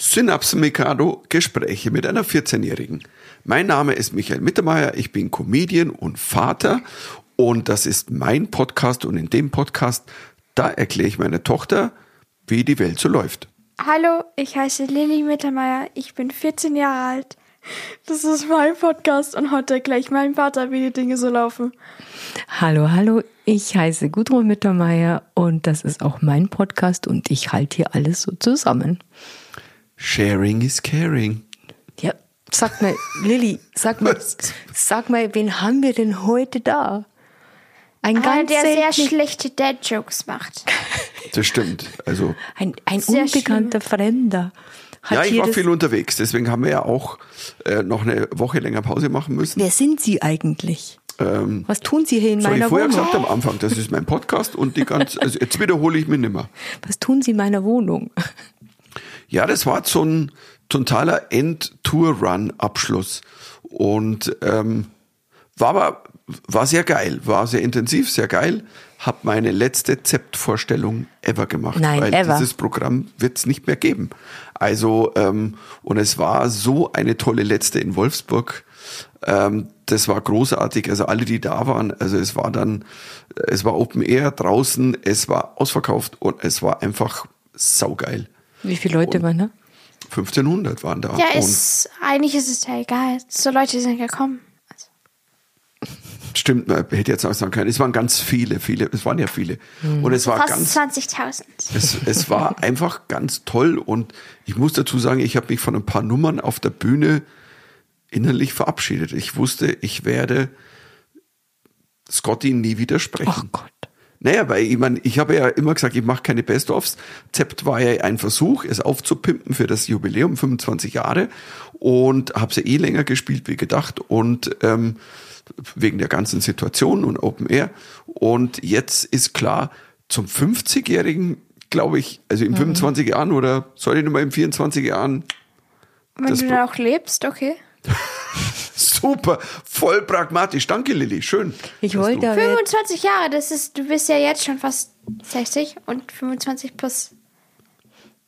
Synapse Mikado Gespräche mit einer 14-Jährigen. Mein Name ist Michael Mittermeier, ich bin Comedian und Vater und das ist mein Podcast und in dem Podcast, da erkläre ich meiner Tochter, wie die Welt so läuft. Hallo, ich heiße Lilly Mittermeier, ich bin 14 Jahre alt. Das ist mein Podcast und heute erkläre ich meinem Vater, wie die Dinge so laufen. Hallo, hallo, ich heiße Gudrun Mittermeier und das ist auch mein Podcast und ich halte hier alles so zusammen. Sharing is caring. Ja, sag mal, Lilly, sag mal, sag mal, wen haben wir denn heute da? Ein Einer, ganz Ah, der sehr selten- schlechte Dad-Jokes macht. Das stimmt. Also, ein, ein Sehr unbekannter Fremder. Hat ja, ich hier war das- viel unterwegs, deswegen haben wir ja auch äh, noch eine Woche länger Pause machen müssen. Wer sind Sie eigentlich? Ähm, Was tun Sie hier in das habe ich meiner vorher Wohnung? gesagt am Anfang, das ist mein Podcast und die ganze, also jetzt wiederhole ich mich nicht mehr. Was tun Sie in meiner Wohnung? Ja, das war so ein totaler End-Tour-Run-Abschluss. Und ähm, war aber war sehr geil, war sehr intensiv, sehr geil. Hab meine letzte Zept-Vorstellung ever gemacht. Nein, weil ever. dieses Programm wird es nicht mehr geben. Also, ähm, und es war so eine tolle letzte in Wolfsburg. Ähm, das war großartig. Also alle, die da waren, also es war dann, es war Open Air draußen, es war ausverkauft und es war einfach saugeil. Wie viele Leute Und- waren da? 1500 waren da. Ja, und ist, eigentlich ist es ja egal. So Leute sind gekommen. Also, stimmt, man hätte jetzt auch sagen können, es waren ganz viele, viele, es waren ja viele. Und es war Hm. fast ganz, 20.000. es, es war einfach ganz toll. Und ich muss dazu sagen, ich habe mich von ein paar Nummern auf der Bühne innerlich verabschiedet. Ich wusste, ich werde Scotty nie widersprechen. Ach Oh Gott. Naja, weil ich meine, ich habe ja immer gesagt, ich mache keine Best-ofs. Zept war ja ein Versuch, es aufzupimpen für das Jubiläum, 25 Jahre. Und habe sie eh länger gespielt wie gedacht und ähm, wegen der ganzen Situation und Open Air. Und jetzt ist klar, zum 50-Jährigen, glaube ich, also Mhm. in 25 Jahren oder soll ich nochmal in 24 Jahren Wenn Das du Pro- da auch lebst, okay. Super, voll pragmatisch. Danke, Lilly. Schön. Ich dass wollte aber. 25 Jahre, das ist, du bist ja jetzt schon fast 60 und 25 plus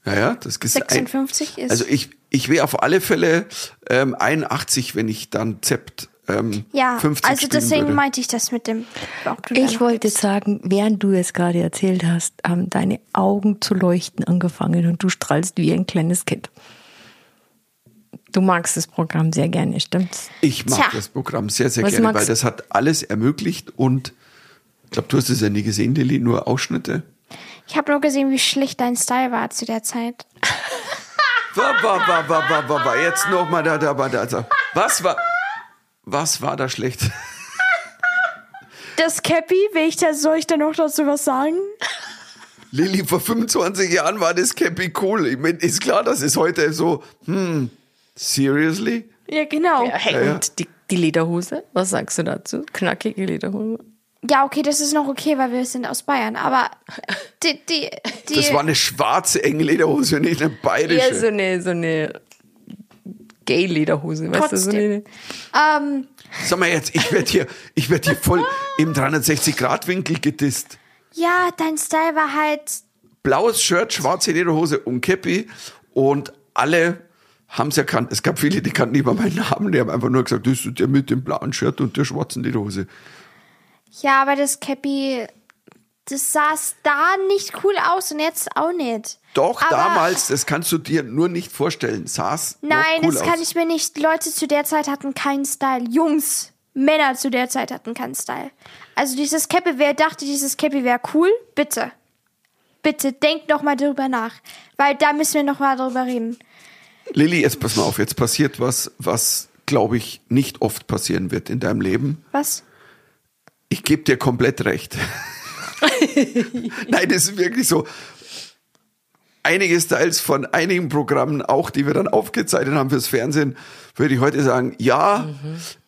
Du, ja, ja, das ist ein- 56 ist. Also ich, ich wäre auf alle Fälle ähm, 81, wenn ich dann Zept ähm, ja, 50 also spielen deswegen würde. meinte ich das mit dem. ob du da Ich noch wollte lebst. sagen, während du es gerade erzählt hast, haben deine Augen zu leuchten angefangen und du strahlst wie ein kleines Kind. Du magst das Programm sehr gerne, stimmt's? Ich mag Tja. das Programm sehr, sehr Was gerne, magst- weil das hat alles ermöglicht und ich glaube, du hast es ja nie gesehen, Lilly, nur Ausschnitte. Ich habe nur gesehen, wie schlicht dein Style war zu der Zeit. Wa, wa, wa, wa, wa, wa, wa. Jetzt nochmal da, da, da, da. da. Was war, was war da schlecht? Das Cappy, will ich da, soll ich da noch dazu was sagen? Lilly, vor 25 Jahren war das Cappy cool. Ich mein, ist klar, das ist heute so, hm, seriously? Ja, genau. Ja, Ja, hey, ja. und die, die Lederhose? Was sagst du dazu? Knackige Lederhose? okay, das ist noch okay, weil wir sind aus Bayern, aber die, die, die Das war eine schwarze enge Lederhose, nicht eine bayerische. Ja, so eine, so eine Gay-Lederhose, weißt du? So Trotzdem. eine, ähm, Sag mal jetzt, ich werde hier, ich werd hier voll im 360-Grad-Winkel gedisst. ja, dein Style war halt, Blaues Shirt, schwarze Lederhose und Käppi und alle haben es erkannt. Es gab viele, die kannten nicht mal meinen Namen, die haben einfach nur gesagt, das ist der mit dem blauen Shirt und der schwarzen Lederhose. ja, aber das Cappy, das saß da nicht cool aus und jetzt auch nicht. Doch, aber damals, das kannst du dir nur nicht vorstellen, saß Nein, noch cool das aus. kann ich mir nicht. Leute zu der Zeit hatten keinen Style. Jungs, Männer zu der Zeit hatten keinen Style. Also dieses Cappy, wer dachte, dieses Cappy wäre cool? Bitte. Bitte, denkt noch mal drüber nach. Weil da müssen wir noch mal drüber reden. Lilly, jetzt pass mal auf, jetzt passiert was, was, glaube ich, nicht oft passieren wird in deinem Leben. Was? Ich gebe dir komplett recht. Nein, das ist wirklich so. einige Styles von einigen Programmen, auch die wir dann aufgezeichnet haben fürs Fernsehen, würde ich heute sagen, ja,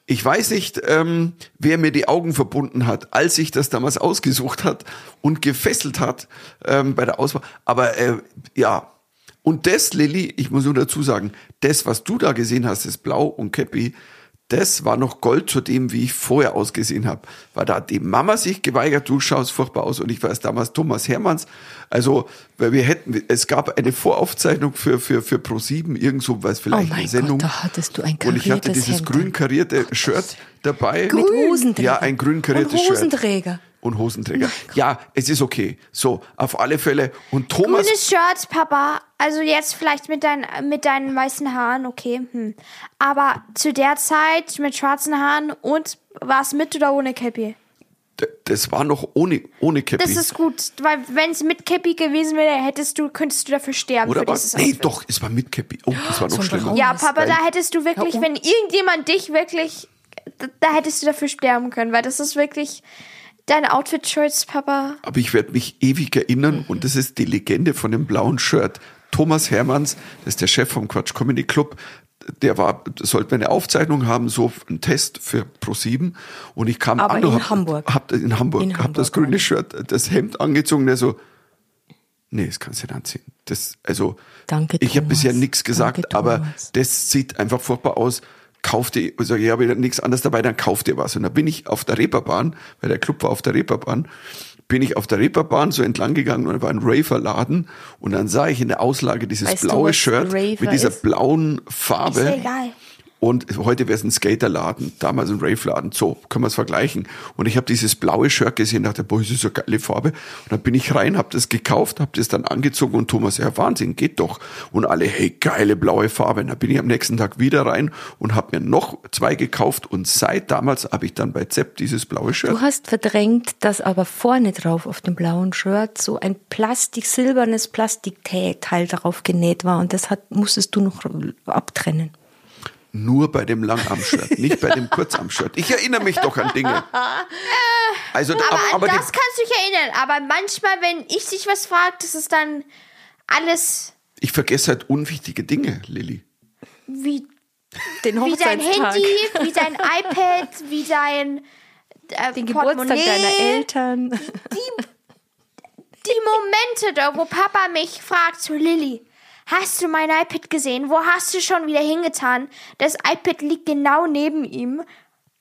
ich weiß nicht, ähm, wer mir die Augen verbunden hat, als ich das damals ausgesucht hat und gefesselt hat ähm, bei der Auswahl. Aber äh, ja, und das, Lilly, ich muss nur dazu sagen, das, was du da gesehen hast, ist blau und Cappy, das war noch Gold zu dem, wie ich vorher ausgesehen habe. Weil da hat die Mama sich geweigert, du schaust furchtbar aus. Und ich weiß damals Thomas Hermanns. Also, weil wir hätten, es gab eine Voraufzeichnung für, für, für Pro7, irgend so was vielleicht Oh mein eine Sendung. Gott, da hattest du ein Und ich hatte kariertes dieses Hemd grün an. karierte Shirt dabei. Mit Hosenträger. Ja, ein grün kariertes Und Shirt. Hosenträger. Und Hosenträger. Ja, es ist okay. So, auf alle Fälle. Und Thomas Grünes Shirt, Papa. Also jetzt vielleicht mit, dein, mit deinen weißen Haaren, okay. Hm. Aber zu der Zeit mit schwarzen Haaren und war es mit oder ohne Cappy? D- Das war noch ohne, ohne Cappy. Das ist gut, weil wenn es mit Cappy gewesen wäre, hättest du, könntest du dafür sterben. Oder für war dieses Nee, Outfit. doch, es war mit Cappy. Oh, das war So noch ein schlimmer. Traum. Ja, Das Papa, weil- da hättest du wirklich, Ja, und- wenn irgendjemand dich wirklich, da, da hättest du dafür sterben können, weil das ist wirklich dein Outfit-Choice, Papa. Aber ich werde mich ewig erinnern Mhm. und das ist die Legende von dem blauen Shirt. Thomas Hermanns, das ist der Chef vom Quatsch Comedy Club, der war, sollte wir eine Aufzeichnung haben, so einen Test für Pro7 und ich kam Aber an und in hab, Hamburg. Hab, in Hamburg, In hab das Hamburg, grüne Shirt, das Hemd angezogen, der so, nee, das kannst du nicht anziehen. Das, also, Danke, ich habe Thomas. bisher nichts gesagt, Danke, aber Thomas. das sieht einfach furchtbar aus. Kauf dir, also ich habe nichts anderes dabei, dann kauf dir was. Und da bin ich auf der Reeperbahn, weil der Club war auf der Reeperbahn, bin ich auf der Reeperbahn so entlang gegangen und da war ein Raver-Laden und dann sah ich in der Auslage dieses Weißt du, blaue was Shirt Raver mit dieser ist? blauen Farbe. Ist ja egal. Und heute wäre es ein Skaterladen, damals ein Rave-Laden. So, können wir es vergleichen. Und ich habe dieses blaue Shirt gesehen, dachte, boah, das ist eine geile Farbe. Und dann bin ich rein, habe das gekauft, habe das dann angezogen und Thomas, ja Wahnsinn, geht doch. Und alle, hey, geile blaue Farbe. Und dann bin ich am nächsten Tag wieder rein und habe mir noch zwei gekauft. Und seit damals habe ich dann bei Zepp dieses blaue Shirt. Du hast verdrängt, dass aber vorne drauf auf dem blauen Shirt so ein plastik silbernes Plastikteil darauf genäht war und das hat, musstest du noch abtrennen. Nur bei dem Langarm-Shirt, nicht bei dem Kurzarm-Shirt. Ich erinnere mich doch an Dinge. Also, Aber, aber an die- das kannst du dich erinnern. Aber manchmal, wenn ich dich was frage, das ist dann alles ich vergesse halt unwichtige Dinge, Lilly. wie, Den wie dein Handy, wie dein iPad, wie dein äh, den Geburtstag Portemonnaie. deiner Eltern. Die Momente, da, wo Papa mich fragt zu Lilly, hast du mein iPad gesehen? Wo hast du schon wieder hingetan? Das iPad liegt genau neben ihm,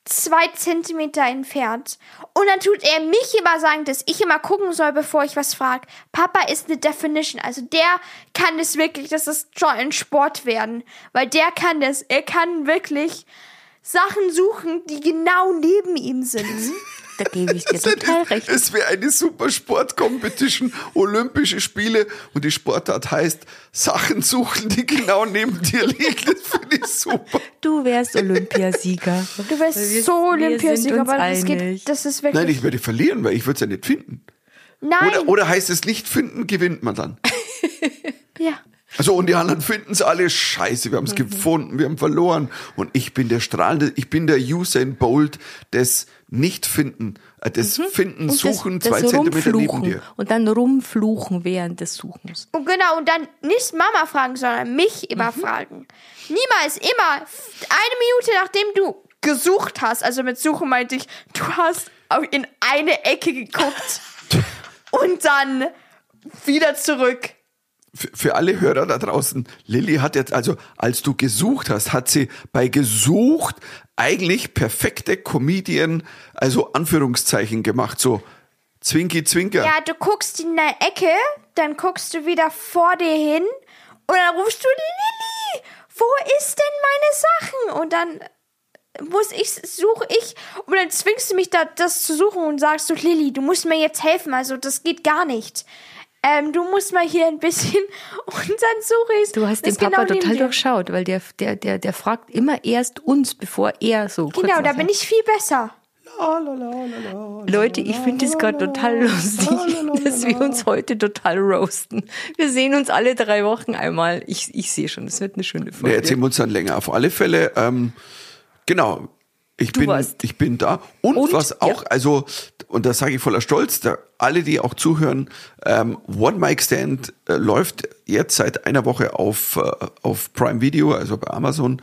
zwei Zentimeter entfernt. Und dann tut er mich immer sagen, dass ich immer gucken soll, bevor ich was frage. Papa ist eine Definition, also der kann es wirklich, das ist schon ein Sport werden, weil der kann das, er kann wirklich Sachen suchen, die genau neben ihm sind. Da gebe ich dir total recht. Es wäre eine super Sport-Competition, Olympische Spiele und die Sportart heißt Sachen suchen, die genau neben dir liegen. Das finde ich super. Du wärst Olympiasieger. Du bist Wir- so wir sind Olympiasieger, uns aber das einig. geht, das ist wirklich. Nein, ich werde verlieren, weil ich würde es ja nicht finden. Nein. Oder, oder heißt es nicht finden, gewinnt man dann. Ja. Also und die anderen finden es alle scheiße. Wir haben Mhm. es gefunden, wir haben verloren. Und ich bin der strahlende, ich bin der Usain Bolt des Nicht-Finden, äh, des Finden, Mhm. Und das- Suchen, das zwei Zentimeter neben Rumfluchen. dir. Und dann rumfluchen während des Suchens. Und genau, und dann nicht Mama fragen, sondern mich immer Mhm. fragen. Niemals, immer, f- eine Minute nachdem du gesucht hast, also mit Suchen meinte ich, du hast au- in eine Ecke geguckt und dann wieder zurück. für- für alle Hörer da draußen, Lilly hat jetzt, also als du gesucht hast, hat sie bei gesucht eigentlich perfekte Comedian, also Anführungszeichen gemacht, so Zwinki Zwinker. Ja, du guckst in eine Ecke, dann guckst du wieder vor dir hin und dann rufst du, Lilly, wo ist denn meine Sachen? Und dann muss ich, suche ich und dann zwingst du mich da, das zu suchen und sagst du, Lilly, du musst mir jetzt helfen, also das geht gar nicht. Ähm, du musst mal hier ein bisschen und dann suche genau ich Du hast den Papa total durchschaut, weil der, der, der, der fragt immer erst uns, bevor er so kurz Genau, da nachher- bin ich viel besser. Leute, ich finde es gerade total lustig, dass wir uns heute total roasten. Wir sehen uns alle drei Wochen einmal. Ich, ich sehe schon, das wird eine schöne Ne, Folge. jetzt sehen wir uns dann länger. Auf alle Fälle, ähm, genau. Ich Du bin, warst. ich bin da. Und, Und? was auch, also und das sage ich voller Stolz, da alle, die auch zuhören, ähm, One Mic Stand äh, läuft jetzt seit einer Woche auf, äh, auf Prime Video, also bei Amazon.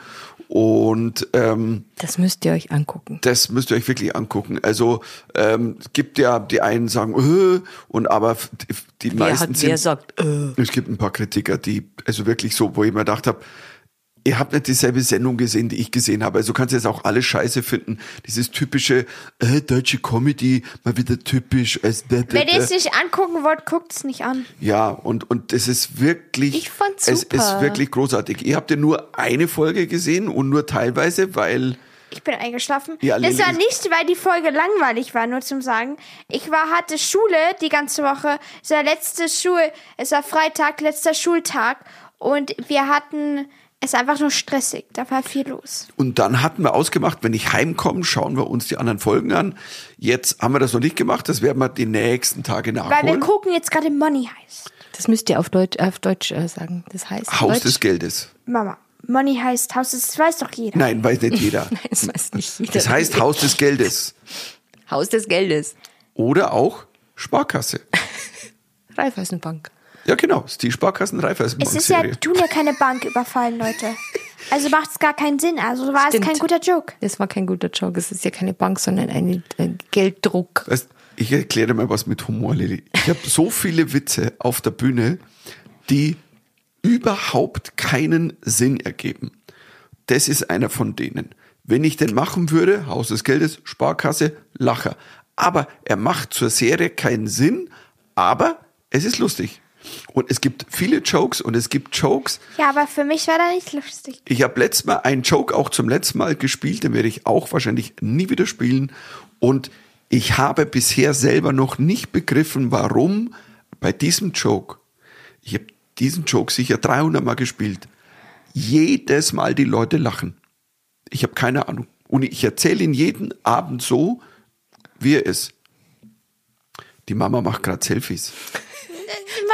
Und ähm, Das müsst ihr euch angucken. das müsst ihr euch wirklich angucken. Also ähm, es gibt ja die einen sagen, äh, und aber f- die Wer, meisten hat, sind, wer sagt, äh, es gibt ein paar Kritiker, die, also wirklich so, wo ich mir gedacht habe, ihr habt nicht dieselbe Sendung gesehen, die ich gesehen habe. Also kannst du jetzt auch alles scheiße finden. Dieses typische äh, deutsche Comedy, mal wieder typisch. Äh, da, da, Wenn ihr da. es nicht angucken wollt, guckt es nicht an. Ja, und, und das ist wirklich, Ich fand's es super. ist wirklich großartig. Ihr habt ja nur eine Folge gesehen und nur teilweise, weil Ich bin eingeschlafen. Ja, das Lilly war ist- nicht, weil die Folge langweilig war, nur zum Sagen. Ich war, hatte Schule die ganze Woche. Es war letzte Schul, es war Freitag, letzter Schultag. Und wir hatten es einfach nur stressig. Da war viel los. Und dann hatten wir ausgemacht, wenn ich heimkomme, schauen wir uns die anderen Folgen an. Jetzt haben wir das noch nicht gemacht, das werden wir die nächsten Tage Weil wir nachholen. gucken jetzt gerade Money heißt. das müsst ihr auf Deutsch, auf Deutsch äh, sagen. Das heißt Haus Deutsch. des Geldes. Mama, Money heißt Haus, das weiß doch jeder. Nein, weiß nicht jeder. das weiß nicht jeder. Das heißt Haus des Geldes. Haus des Geldes. Oder auch Sparkasse. Raiffeisenbank. Ja, genau, ist die Es ist ja, Sparkassen-Raiffeisenbank-Serie. tun ja keine Bank überfallen, Leute. Also macht es gar keinen Sinn. Also war Stimmt. es kein guter Joke. Das war kein guter Joke. Es ist ja keine Bank, sondern ein äh, Gelddruck. Weißt, ich erkläre dir mal was mit Humor, Lilly. Ich habe so viele Witze auf der Bühne, die überhaupt keinen Sinn ergeben. Das ist einer von denen. Wenn ich den machen würde, Haus des Geldes, Sparkasse, Lacher. Aber er macht zur Serie keinen Sinn, aber es ist lustig. Und es gibt viele Jokes und es gibt Jokes, Ja, aber für mich war da nicht lustig. ich habe letztes Mal einen Joke auch zum letzten Mal gespielt, den werde ich auch wahrscheinlich nie wieder spielen. Und ich habe bisher selber noch nicht begriffen, warum bei diesem Joke, ich habe diesen Joke sicher 300 Mal gespielt, jedes Mal die Leute lachen. Ich habe keine Ahnung. Und ich erzähle ihn jeden Abend so, wie er ist. Die Mama macht gerade Selfies.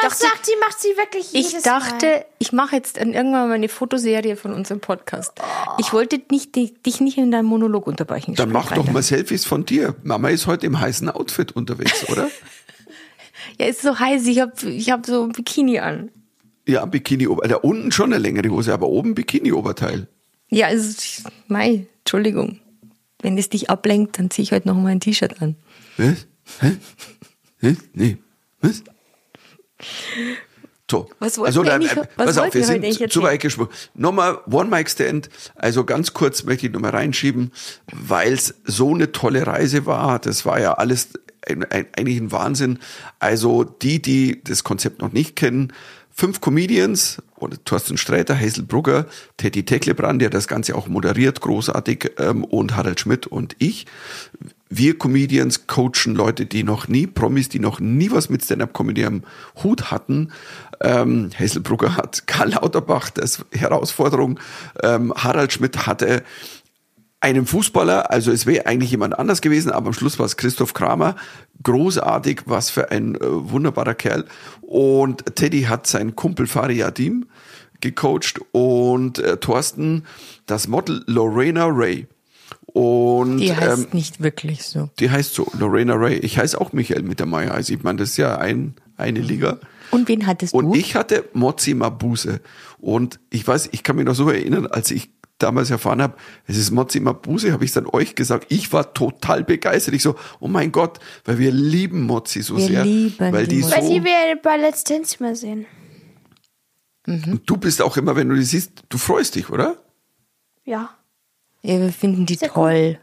Was dachte- sagt sie, macht sie wirklich jedes Ich Mal. dachte, ich mache jetzt dann irgendwann mal eine Fotoserie von unserem Podcast. Ich wollte nicht, dich dich nicht in deinem Monolog unterbrechen. Dann Sprich mach doch weiter. mal Selfies von dir. Mama ist heute im heißen Outfit unterwegs, oder? Ja, ist so heiß. Ich habe ich hab so ein Bikini an. Ja, Bikini Oberteil. Da unten schon eine längere Hose, aber oben Bikini Oberteil. Ja, ist, mei, Entschuldigung. Wenn es dich ablenkt, dann ziehe ich heute noch mal ein T-Shirt an. Was? Hä? Hä? Nee. Was? So. Also, äh, Was wollten wir eigentlich- was pass auf, wir wollten wir heute sind eigentlich zu- zu weit geschwungen. Nochmal One Mic Stand. Also ganz kurz möchte ich nochmal reinschieben, weil es so eine tolle Reise war. Das war ja alles ein, ein, eigentlich ein Wahnsinn. Also die, die das Konzept noch nicht kennen, fünf Comedians und Thorsten Sträter, Hazel Brugger, Teddy Tecklebrand, der das Ganze auch moderiert, großartig, ähm, und Harald Schmidt und ich. Wir Comedians coachen Leute, die noch nie, Promis, die noch nie was mit Stand-Up-Comedy am Hut hatten. Ähm, Hazel Brugger hat Karl Lauterbach, das Herausforderung. Ähm, Harald Schmidt hatte einem Fußballer, also es wäre eigentlich jemand anders gewesen, aber am Schluss war es Christoph Kramer. Großartig, was für ein äh, wunderbarer Kerl. Und Teddy hat seinen Kumpel Fariadim gecoacht und äh, Thorsten das Model Lorena Ray. Und Die heißt ähm, nicht wirklich so. die heißt so, Lorena Ray. Ich heiße auch Michael Mittermeier. Also ich meine, das ist ja ein, eine Liga. Und wen hattest Und du? ich hatte Mozi Mabuse. Und ich weiß, ich kann mich noch so erinnern, als ich damals erfahren habe, es ist Mozi Mabuse, habe ich dann euch gesagt. Ich war total begeistert. Ich so, oh mein Gott, weil wir lieben Mozi so Wir sehr. lieben weil die die Mozi. Weil so, die wir bei Let's Dance mal sehen. und du bist auch immer, wenn du die siehst, du freust dich, oder? Ja. ja, wir finden die Sehr gut. toll.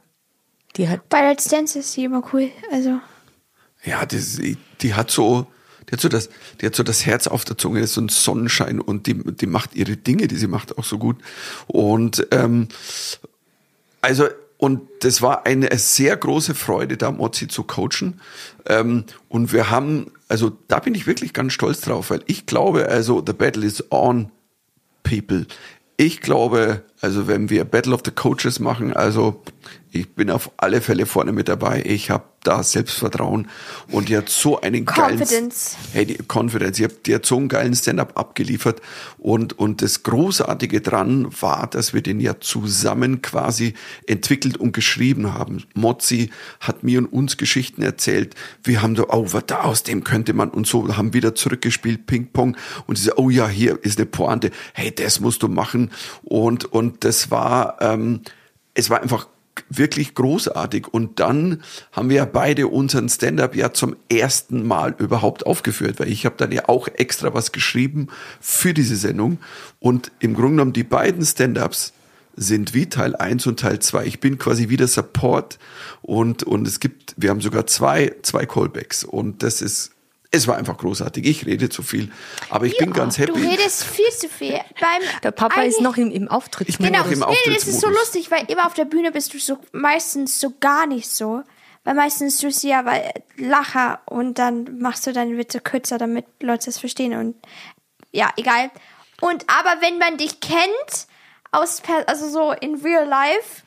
Die hat Bei Let's Dance ist sie immer cool. Also, Ja, die, die hat so, die hat so das, die hat so das Herz auf der Zunge, so ein Sonnenschein und die, die macht ihre Dinge, die sie macht, auch so gut. Und ähm, also, und das war eine sehr große Freude, da Mozi zu coachen. Ähm, und wir haben, also da bin ich wirklich ganz stolz drauf, weil ich glaube, also the battle is on, people. Ich glaube, Also wenn wir Battle of the Coaches machen, also ich bin auf alle Fälle vorne mit dabei. Ich habe da Selbstvertrauen und die hat so einen Confidence. geilen... Hey, die Confidence. Die hat, die hat so einen geilen Stand-up abgeliefert. Und, und das Großartige dran war, dass wir den ja zusammen quasi entwickelt und geschrieben haben. Mozzi hat mir und uns Geschichten erzählt. Wir haben so, oh, was da aus dem könnte man und so, haben wieder zurückgespielt, Ping-Pong. Und sie so, oh ja, hier ist eine Pointe. Hey, das musst du machen. Und, und das war, ähm, es war einfach wirklich großartig. Und dann haben wir ja beide unseren Stand-up ja zum ersten Mal überhaupt aufgeführt, weil ich habe dann ja auch extra was geschrieben für diese Sendung. Und im Grunde genommen die beiden Stand-ups sind wie Teil 1 und Teil 2. Ich bin quasi wie der Support und, und es gibt, wir haben sogar zwei, zwei Callbacks und das ist, es war einfach großartig. Ich rede zu viel, aber ich bin ganz happy. Du redest viel zu viel. Beim Der Papa ist eigentlich- noch im, im Auftritt. Ich bin Genau, noch im nee, das ist so Auftrittsmodus. lustig, weil immer auf der Bühne bist du so meistens so gar nicht so. Weil meistens tust du ja weil, Lacher und dann machst du deine Witze kürzer, damit Leute das verstehen. Und ja, egal. Und aber wenn man dich kennt, aus, Per- also so in real life,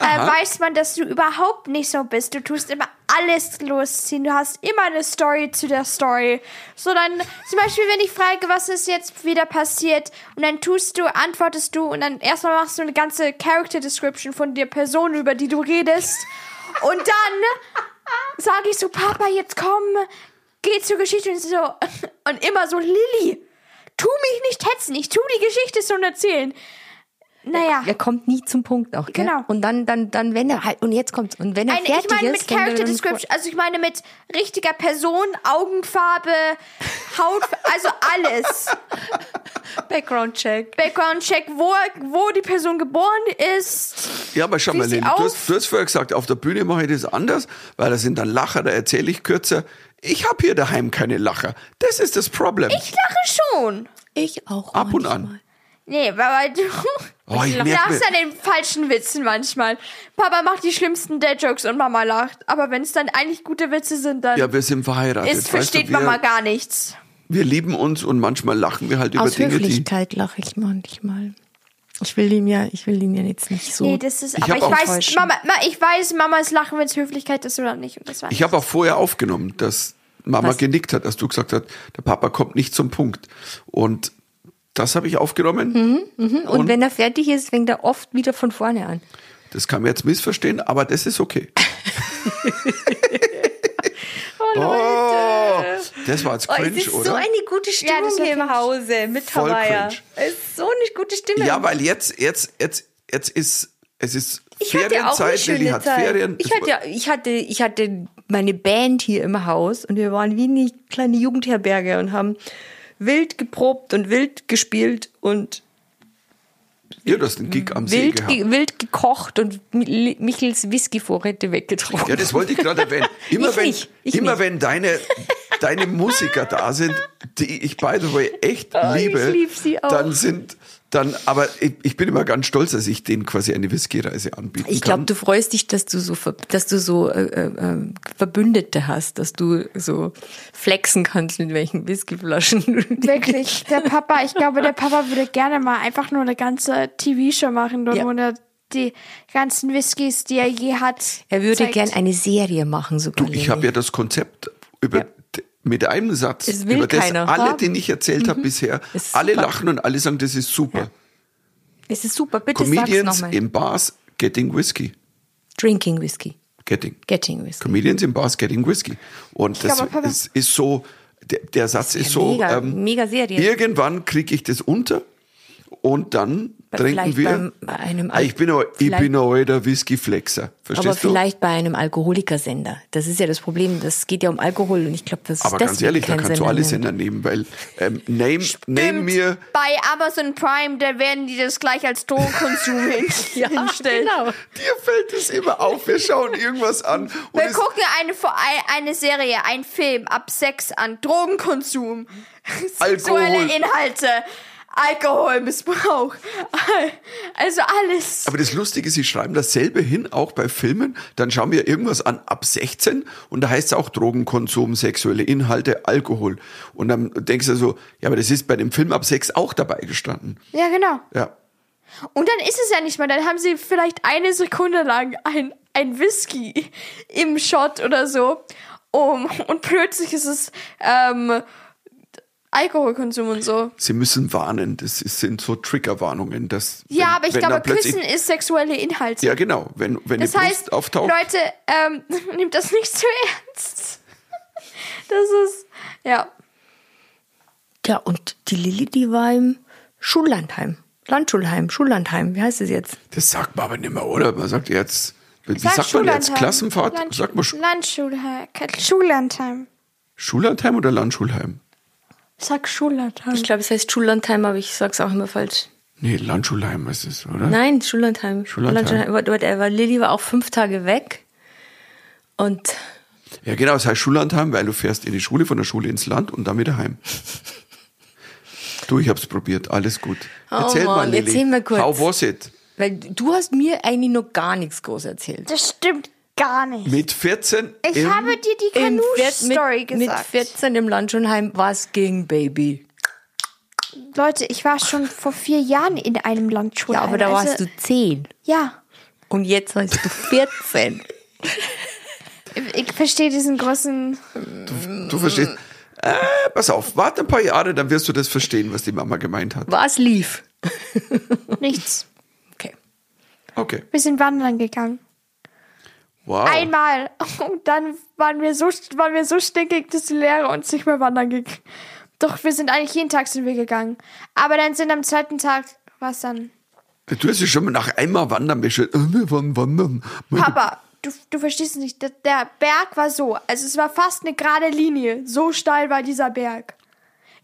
äh, Aha. weiß man, dass du überhaupt nicht so bist. Du tust immer alles losziehen. Du hast immer eine Story zu der Story. So dann, zum Beispiel, wenn ich frage, was ist jetzt wieder passiert, und dann tust du, antwortest du, und dann erstmal machst du eine ganze Character Description von der Person, über die du redest. Und dann sage ich so, Papa, jetzt komm, geh zur Geschichte. Und sie so, und immer so, Lilly, tu mich nicht hetzen, ich tu die Geschichte schon erzählen. Naja. Er kommt nie zum Punkt auch, gell? Genau. Und dann, dann, dann, wenn er halt, und jetzt kommt's. Und wenn er Nein, fertig ich meine ist, mit wenn wir Character dann- Description, also ich meine mit richtiger Person, Augenfarbe, Haut, also alles. Background Check. Background Check, wo, wo die Person geboren ist. Ja, aber schau Wie mal, sie Lene, du auf- hast, du hast vorher gesagt, auf der Bühne mache ich das anders, weil da sind dann Lacher, da erzähle ich kürzer. Ich habe hier daheim keine Lacher. Das ist das Problem. Ich lache schon. Ich auch. Ab und manchmal. an. Nee, weil du Oh, ich merk lachst mir- an den falschen Witzen manchmal. Papa macht die schlimmsten Dad-Jokes und Mama lacht. Aber wenn es dann eigentlich gute Witze sind, dann Ja, wir sind verheiratet. ist, versteht weißt du, wir, Mama gar nichts. wir lieben uns und manchmal lachen wir halt über Aus Dinge, die. Höflichkeit lache ich manchmal. Ich will ihm ja, ich will ihn ja jetzt nicht so. Nee, das ist, Ich aber hab ich auch- weiß, Enttäuschen. Mama, Ma- ich weiß, Mamas Lachen, wenn es Höflichkeit ist oder nicht. Und das war Ich habe auch vorher aufgenommen, dass Mama Was? genickt hat, dass du gesagt hast, der Papa kommt nicht zum Punkt. Und das habe ich Mhm. aufgenommen. und, wenn er fertig ist, fängt er oft wieder von vorne an. Das kann man jetzt missverstehen, aber das ist okay. Oh, Oh, das war jetzt cringe, oder? gute Ja, das war cringe. Hause mit Voll cringe. Es ist so eine gute Stimmung. Ja, weil jetzt, jetzt, jetzt, jetzt ist, es ist Ich hatte auch eine Ferienzeit, schöne Lilly hat Zeit. Ferien. Ich hatte, ich, hatte, ich hatte meine Band hier im Haus und wir waren wie eine kleine Jugendherberge und haben wild geprobt und wild gespielt und ja, du hast einen Gig am See wild, gehabt. ge wild gekocht und Mi- Michels Whiskyvorräte weggetrunken. Ja, das wollte ich gerade erwähnen. Immer Ich wenn, nicht, ich immer nicht. wenn deine, deine Musiker da sind, die ich by the way echt Oh, ich liebe, lieb sie auch. dann sind, dann, aber ich, ich bin immer ganz stolz, dass ich denen quasi eine Whiskyreise anbieten Ich glaube, kann. du freust dich, dass du so, ver- dass du so äh, äh, äh, Verbündete hast, dass du so flexen kannst mit welchen Whiskyflaschen. du- Wirklich, der Papa, ich glaube, der Papa würde gerne mal einfach nur eine ganze TV-Show machen, dort, Ja. wo er die ganzen Whiskys, die er je hat. Er würde zeigt. gern eine Serie machen, sogar. Du, ich Leni. habe ja das Konzept über d- mit einem Satz Es will über das keiner alle, haben. den ich erzählt habe bisher, Ist alle super. lachen und alle sagen, das ist super. Es ist super, bitte sag's Comedians nochmal. in Bars getting whiskey. Drinking Whisky. Getting. Getting Whisky. Comedians in Bars getting whiskey. Und das glaube, Papa- ist, ist so, der, der Satz ist, so. ähm, mega- mega Serie. Irgendwann kriege ich das unter und dann trinken vielleicht wir. beim- bei einem Ah, ich bin, auch- ich vielleicht- bin auch der Whisky-Flexer. Verstehst Aber du? vielleicht bei einem Alkoholikersender. Das ist ja das Problem. Das geht ja um Alkohol und ich glaube, das ne? Aber ist ganz ehrlich, da kein kannst du Sender alle mehr. Sender nehmen, weil ähm, name, name Stimmt, mir Bei Amazon Prime, da werden die das gleich als Drogenkonsum hin hinstellen. Genau. Dir fällt es immer auf, wir schauen irgendwas an. Und Wir es, gucken eine, Vor- ein- eine Serie, einen Film ab Sex an, Drogenkonsum, Alkohol. sexuelle Inhalte, Alkoholmissbrauch, also alles. aber das Lustige ist, sie schreiben dasselbe hin, auch bei Filmen. Dann schauen wir irgendwas an ab 16 und da heißt es auch Drogenkonsum, sexuelle Inhalte, Alkohol. Und dann denkst du so, ja, aber das ist bei dem Film ab 6 auch dabei gestanden. Ja, genau. Ja. Und dann ist es ja nicht mal, dann haben sie vielleicht eine Sekunde lang ein, ein Whisky im Shot oder so. Um, und plötzlich ist es ähm, Alkoholkonsum und so. Sie müssen warnen. Das ist, sind so Triggerwarnungen. Dass, Ja, wenn- aber ich wenn glaube, dann plötzlich- Küssen ist sexuelle Inhalte. Ja, genau. Wenn, wenn das die Brust heißt, auftaucht. Leute, ähm, nehmt das nicht zu ernst. Das ist, ja. Ja, und die Lilly, die war im Schullandheim. Landschulheim, Schullandheim, wie heißt es jetzt? das sagt man aber nicht mehr, oder? Man sagt jetzt, wie Sag sagt man jetzt? Schullandheim. Klassenfahrt? Land- sagt man Sch Landschulheim. Schullandheim. Schullandheim oder Landschulheim? Sag Schullandheim. Ich glaube, es heißt Schullandheim, aber ich sag's auch immer falsch. Nee, Landschulheim ist es, oder? Nein, Schullandheim. Schullandheim. Whatever. Lilly war auch fünf Tage weg. Und Ja, genau, es heißt Schullandheim, weil du fährst in die Schule, von der Schule ins Land und dann wieder heim. du, ich hab's probiert, alles gut. Oh erzähl mal, Mann, Lilly. erzähl mal kurz. How was it? weil du hast mir eigentlich noch gar nichts groß erzählt. Das stimmt gar nicht. Mit 14 Ich im, habe dir die Im Vier- Kanu-Story mit, mit gesagt. 14 im Landschulheim, was ging, Baby? Leute, ich war schon vor vier Jahren in einem Landschulheim. Ja, aber da warst also, du zehn. Ja, Und jetzt warst du 14. ich verstehe diesen großen... Du verstehst. Äh, pass auf, warte ein paar Jahre, dann wirst du das verstehen, was die Mama gemeint hat. was lief? Nichts. Okay. Okay. Wir sind wandern gegangen. Wow. Einmal. Und dann waren wir so, waren wir so stinkig, dass die Lehrer uns nicht mehr wandern ging. Doch wir sind eigentlich jeden Tag sind wir gegangen. Aber dann sind am zweiten Tag, was dann? Du hast dich schon mal nach einmal wandern beschwert. Äh, Wir wollen wandern. Meine- Papa, du, du verstehst es nicht. Der- Der Berg war so. Also es war fast eine gerade Linie. So steil war dieser Berg.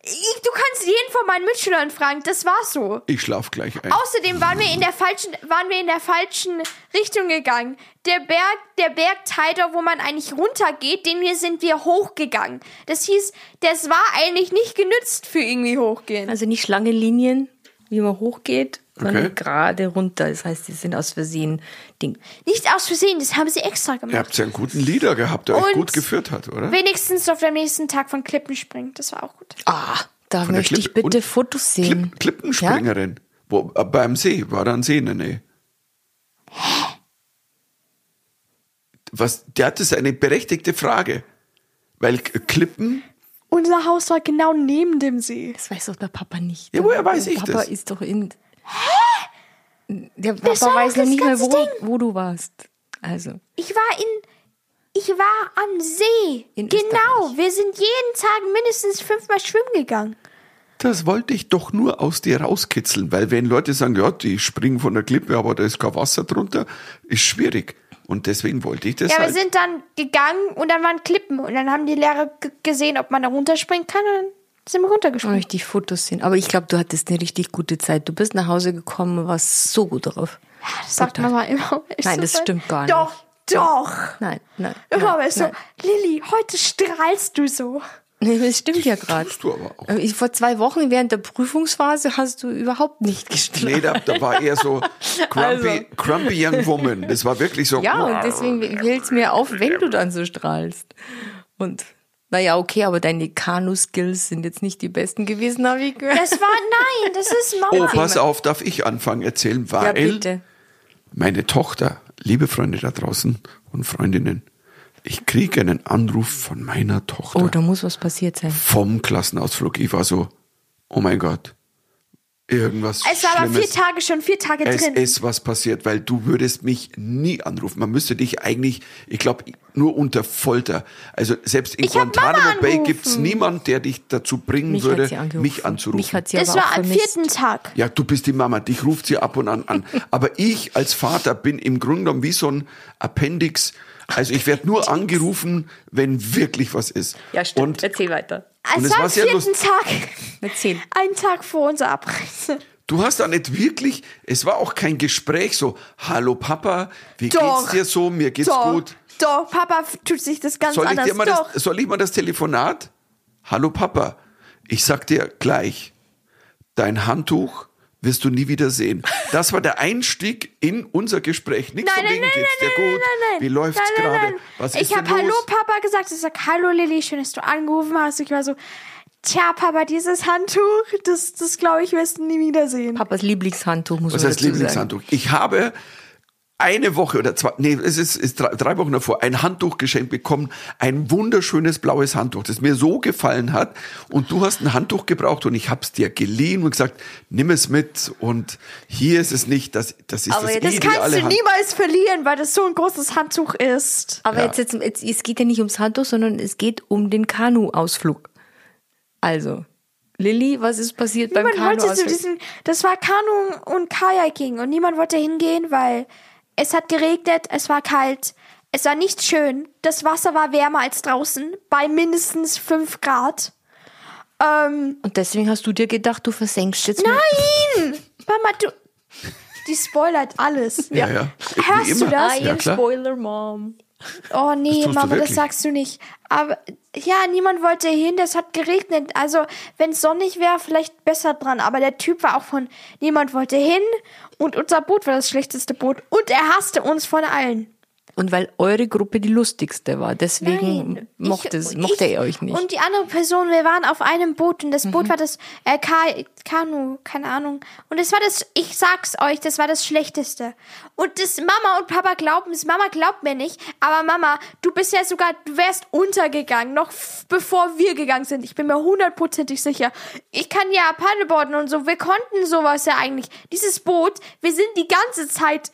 Ich, du kannst jeden von meinen Mitschülern fragen. Das war so. Ich schlaf gleich ein. Außerdem waren wir in der falschen, waren wir in der falschen Richtung gegangen. Der Berg, der Berg Teider, wo man eigentlich runtergeht, den wir sind wir hochgegangen. Das hieß, das war eigentlich nicht genützt für irgendwie hochgehen. Also nicht lange Linien, wie man hochgeht, sondern Okay. gerade runter. Das heißt, die sind aus Versehen Ding. Nicht aus Versehen, das haben sie extra Ihr gemacht. habt ja einen guten Leader gehabt, der euch Und- gut geführt hat, oder? Wenigstens auf dem nächsten Tag von Klippen springen. Das war auch gut. Ah, da Von der möchte ich Klippe- bitte und- Fotos sehen. Klipp- Klippenspringerin. Wo, äh, beim See, war da ein See in der Nähe. Was, der hat das eine berechtigte Frage. Weil K- Klippen, Unser Haus war genau neben dem See. Das weiß doch der Papa nicht. Ja, woher weiß ich Papa das? Papa ist doch in. Der Papa war doch weiß noch das nicht mehr, ganze wo, wo du warst. Also, Ich war in. Ich war am See. In genau. Österreich. Wir sind jeden Tag mindestens fünfmal schwimmen gegangen. das wollte ich doch nur aus dir rauskitzeln. Weil wenn Leute sagen, ja, die springen von der Klippe, aber da ist kein Wasser drunter, ist schwierig. Und deswegen wollte ich das Ja, wir halt. sind dann gegangen und dann waren Klippen und dann haben die Lehrer g- gesehen, ob man da runterspringen kann und dann sind wir da runtergesprungen. möchte ich Fotos sehen. Aber ich glaube, du hattest eine richtig gute Zeit. Du bist nach Hause gekommen und warst so gut drauf. Das sagt Mama immer. Ich Nein, das stimmt gar doch, nicht. Doch, Nein, nein. doch. nein, Mama ist so, nein. Lilly, heute strahlst du so. Nee, das stimmt ja gerade. Tust du aber auch. Ich- Vor zwei Wochen während der Prüfungsphase hast du überhaupt nicht gestrahlt. Nee, da, da war eher so grumpy, Also. grumpy young woman. Das war wirklich so. Ja, und deswegen fällt es mir auf, wenn du dann so strahlst. Und naja, okay, aber deine Kanu-Skills sind jetzt nicht die besten gewesen, habe ich gehört. Das war, nein, das ist Oh, Mama. pass auf, darf ich anfangen erzählen, ja, weil bitte. meine Tochter, liebe Freunde da draußen und Freundinnen, ich kriege einen Anruf von meiner Tochter Oh, da muss was passiert sein. vom Klassenausflug. Ich war so, oh mein Gott, irgendwas es war aber vier Schlimmes. Tage schon, vier Tage Es drin. ist was passiert, weil du würdest mich nie anrufen. Man müsste dich eigentlich, ich glaube, nur unter Folter. Also selbst in Ich hab Mama Guantanamo Bay angerufen. gibt es niemanden, der dich dazu bringen Mich würde, hat sie angerufen. mich anzurufen. Mich hat sie Das aber war auch am vermisst. vierten Tag. Ja, du bist die Mama, dich ruft sie ab und an an. Aber ich als Vater bin im Grunde genommen wie so ein Appendix. Also ich werde nur angerufen, wenn wirklich was ist. Ja, stimmt. Und, Erzähl weiter. und es Es war war am sehr vierten lustig. Tag. Erzähl. Ein Tag vor unserer Abreise. Du hast da nicht wirklich, es war auch kein Gespräch so, hallo Papa, wie Doch. geht's dir so? Mir geht's Doch, gut. doch, Papa tut sich das ganz Soll ich, anders. dir mal doch. das, soll ich mal das Telefonat? Hallo Papa, ich sag dir gleich, dein Handtuch wirst du nie wieder sehen. Das war der Einstieg in unser Gespräch. Nichts von wegen geht's dir gut. Wie läuft's Nein, nein, gerade? nein. Was ich ist denn habe Hallo los? Papa gesagt. Ich sag Hallo Lilly, schön, dass du angerufen hast. Ich war so, Tja, Papa, dieses Handtuch, das, das glaube ich, wirst du nie wiedersehen. Papas Lieblingshandtuch, muss Was man heißt dazu Lieblingshandtuch? Ich habe eine Woche oder zwei, nee, es ist, ist drei, drei Wochen davor, ein Handtuch geschenkt bekommen, ein wunderschönes blaues Handtuch, das mir so gefallen hat. Und du hast ein Handtuch gebraucht und ich hab's dir geliehen und gesagt, nimm es mit und hier ist es nicht, das, das ist Aber das, jetzt- Das Die kannst ideale du Handtuch. niemals verlieren, weil das so ein großes Handtuch ist. Aber Ja. jetzt, jetzt, jetzt, es geht ja nicht ums Handtuch, sondern es geht um den Kanu-Ausflug. Also, Lilly, was ist passiert beim Niemand wollte zu Kanu-Ausflug? diesen. Das war Kanu und Kajaking und niemand wollte hingehen, weil es hat geregnet, es war kalt, es war nicht schön. Das Wasser war wärmer als draußen, bei mindestens 5 Grad. Ähm, Und deswegen hast du dir gedacht, du versenkst jetzt mal. nein! Mama, du. Die spoilert alles. Ja, ja. Wie Hörst du immer. das? Ja, klar. Spoiler Mom. Oh nee, tust du Mama, das wirklich. sagst du nicht. Aber ja, niemand wollte hin, das hat geregnet. Also, wenn es sonnig wäre, vielleicht besser dran. Aber der Typ war auch von niemand wollte hin und unser Boot war das schlechteste Boot und er hasste uns von allen. Und weil eure Gruppe die lustigste war, deswegen Nein, mochte, es, ich- mochte ich- er euch nicht. Mhm. Und die andere Person, wir waren auf einem Boot und das Boot war das äh, Ka Kanu, keine Ahnung. Und es war das, ich sag's euch, das war das schlechteste. Und das Mama und Papa glauben es. Mama glaubt mir nicht, aber Mama, du bist ja sogar, du wärst untergegangen, noch f- bevor wir gegangen sind. Ich bin mir hundertprozentig sicher. Ich kann ja Paddleboarden und so. Wir konnten sowas ja eigentlich. Dieses Boot, wir sind die ganze Zeit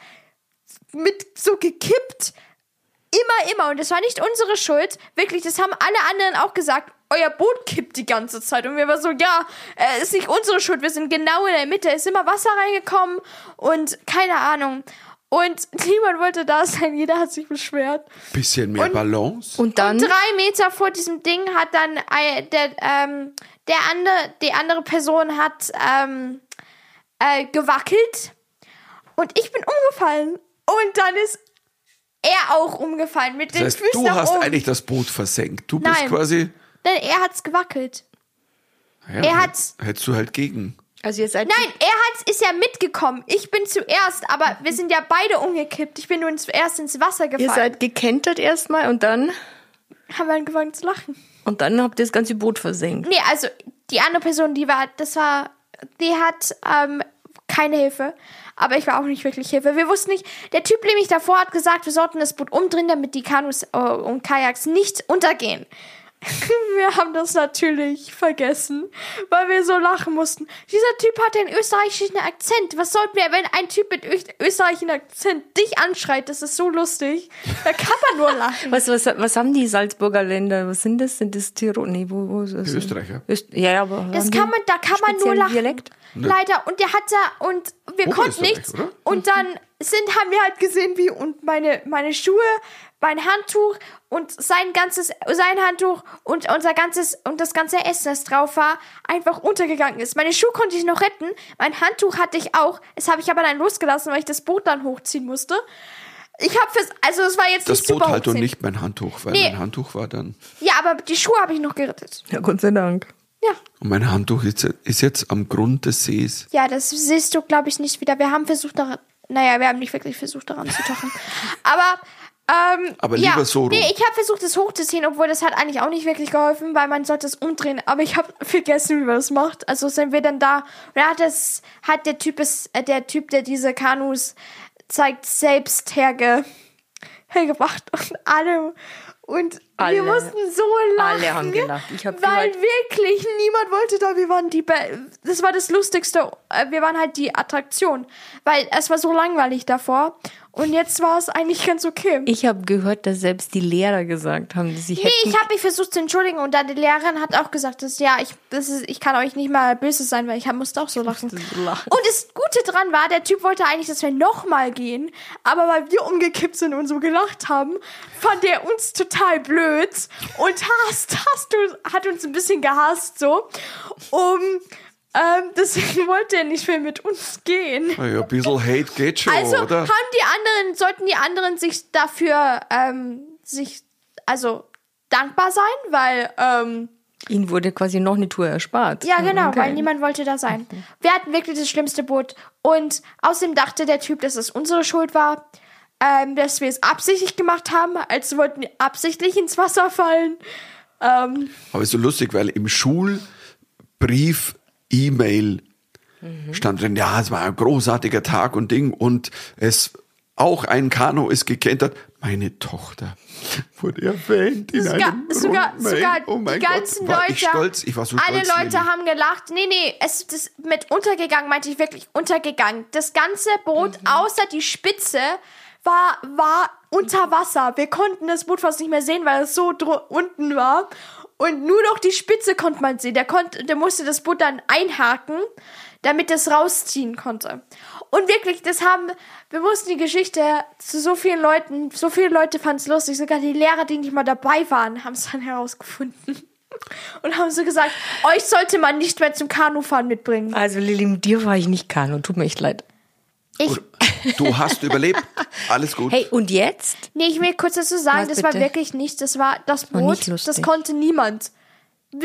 mit so gekippt. Immer, immer. Und das war nicht unsere Schuld. Wirklich, das haben alle anderen auch gesagt. Euer Boot kippt die ganze Zeit. Und wir waren so, ja, äh, ist nicht unsere Schuld. Wir sind genau in der Mitte. Ist immer Wasser reingekommen und keine Ahnung. Und niemand wollte da sein. Jeder hat sich beschwert. Bisschen mehr Balance. Und dann, Und drei Meter vor diesem Ding hat dann ei- der, ähm, der andere, die andere Person hat ähm, äh, gewackelt und ich bin umgefallen. Und dann ist er auch umgefallen mit den Das heißt, Füßen du nach hast oben. eigentlich das Boot versenkt. Du bist Nein. quasi, Denn er hat's gewackelt. ja, Er hat's- hättest du halt gegen. also jetzt seid Nein, er hat's, ist ja mitgekommen. Ich bin zuerst, aber wir sind ja beide umgekippt. Ich bin nur zuerst ins Wasser ihr gefallen. seid gekentert erstmal und dann, Haben wir angefangen zu lachen. und dann habt ihr das ganze Boot versenkt. Nee, also die andere Person, die war, das war, die hat ähm, keine Hilfe. Aber ich war auch nicht wirklich Hilfe. Wir wussten nicht, der Typ, der mich davor hat gesagt, wir sollten das Boot umdrehen, damit die Kanus äh, und Kajaks nicht untergehen. Wir haben das natürlich vergessen, weil wir so lachen mussten. Dieser Typ hat einen österreichischen Akzent. Was sollten wir, wenn ein Typ mit öst- österreichischen Akzent dich anschreit? Das ist so lustig. Da kann man nur lachen. Was, was, was haben die Salzburger Länder? Was sind das? Sind das Tirol? Nee, wo, wo ist das? Österreicher. Öst, ja, ja, aber. Das haben die kann man, da kann man nur speziellen lachen. Dialekt? Leider. Und der hat da, und wir konnten Oberösterreich, nichts. oder? Und dann sind, haben wir halt gesehen, wie, und meine, meine Schuhe, mein Handtuch und sein ganzes, sein Handtuch und unser ganzes, und das ganze Essen, das drauf war, einfach untergegangen ist. Meine Schuhe konnte ich noch retten, mein Handtuch hatte ich auch, es habe ich aber dann losgelassen, weil ich das Boot dann hochziehen musste. Ich habe fürs, also es war jetzt Das nicht Boot super halt und hochziehen. nicht mein Handtuch, weil Nee. mein Handtuch war dann. Ja, aber die Schuhe habe ich noch gerettet. Ja, Gott sei Dank. Ja. Und mein Handtuch ist, ist jetzt am Grund des Sees. Ja, das siehst du, glaube ich, nicht wieder. Wir haben versucht daran. Naja, wir haben nicht wirklich versucht daran zu tauchen. Aber. Ähm, Aber ja. lieber so rum. Nee, ich habe versucht, es hochzuziehen, obwohl das hat eigentlich auch nicht wirklich geholfen, weil man sollte es umdrehen. Aber ich habe vergessen, wie man das macht. Also sind wir dann da. Und da hat, das, hat der, typ es, äh, der Typ, der diese Kanus zeigt, selbst herge, hergebracht. Und alle. Und Alle. wir mussten so lachen. Alle haben gelacht. Ich hab Weil geweint. wirklich niemand wollte da. Wir waren die. Be das war das Lustigste. Äh, Wir waren halt die Attraktion. Weil es war so langweilig davor. Und jetzt war es eigentlich ganz okay. Ich habe gehört, dass selbst die Lehrer gesagt haben, dass ich Nee, ich habe mich versucht zu entschuldigen und dann die Lehrerin hat auch gesagt, dass ja, ich, das ist, ich kann euch nicht mal böse sein, weil ich hab- musste auch so lachen. musste so lachen. Und das Gute dran war, der Typ wollte eigentlich, dass wir nochmal gehen, aber weil wir umgekippt sind und so gelacht haben, fand er uns total blöd und hasst, hasst, uns- hat uns ein bisschen gehasst so. Um, ähm, deswegen wollte er nicht mehr mit uns gehen. Naja, ein bisschen Hate geht schon, Also oder? haben die anderen, sollten die anderen sich dafür ähm, sich also dankbar sein, weil ähm, Ihnen wurde quasi noch eine Tour erspart. Mhm, ja genau, Okay. weil niemand wollte da sein. Wir hatten wirklich das schlimmste Boot und außerdem dachte der Typ, dass es unsere Schuld war, ähm, dass wir es absichtlich gemacht haben, als wollten wir absichtlich ins Wasser fallen. Ähm, Aber ist so lustig, weil im Schul, Brief, E-Mail. Stand drin, ja, es war ein großartiger Tag und Ding und es auch ein Kanu ist gekentert. Meine Tochter wurde erwähnt in Sogar, einem sogar, Rundmail. sogar oh mein die ganzen Gott, war Leute. Ich stolz, ich war so alle stolz. Leute Lilly. haben gelacht. Nee, nee, es ist mit untergegangen, meinte ich wirklich untergegangen. Das ganze Boot, außer die Spitze, war, war unter Wasser. Wir konnten das Boot fast nicht mehr sehen, weil es so dr- unten war. Und nur noch die Spitze konnte man sehen. Der, konnte, der musste das Boot dann einhaken, damit es rausziehen konnte. Und wirklich, das haben, wir mussten die Geschichte zu so vielen Leuten, so viele Leute fanden es lustig, sogar die Lehrer, die nicht mal dabei waren, haben es dann herausgefunden. Und haben so gesagt, euch sollte man nicht mehr zum Kanufahren mitbringen. Also Lilly, mit dir war ich nicht Kanu, tut mir echt leid. Ich, Du hast überlebt. Alles gut. Hey, und jetzt? nee, ich will kurz dazu sagen, Was das war bitte? wirklich nicht, das war das war Boot, nicht lustig. das konnte niemand.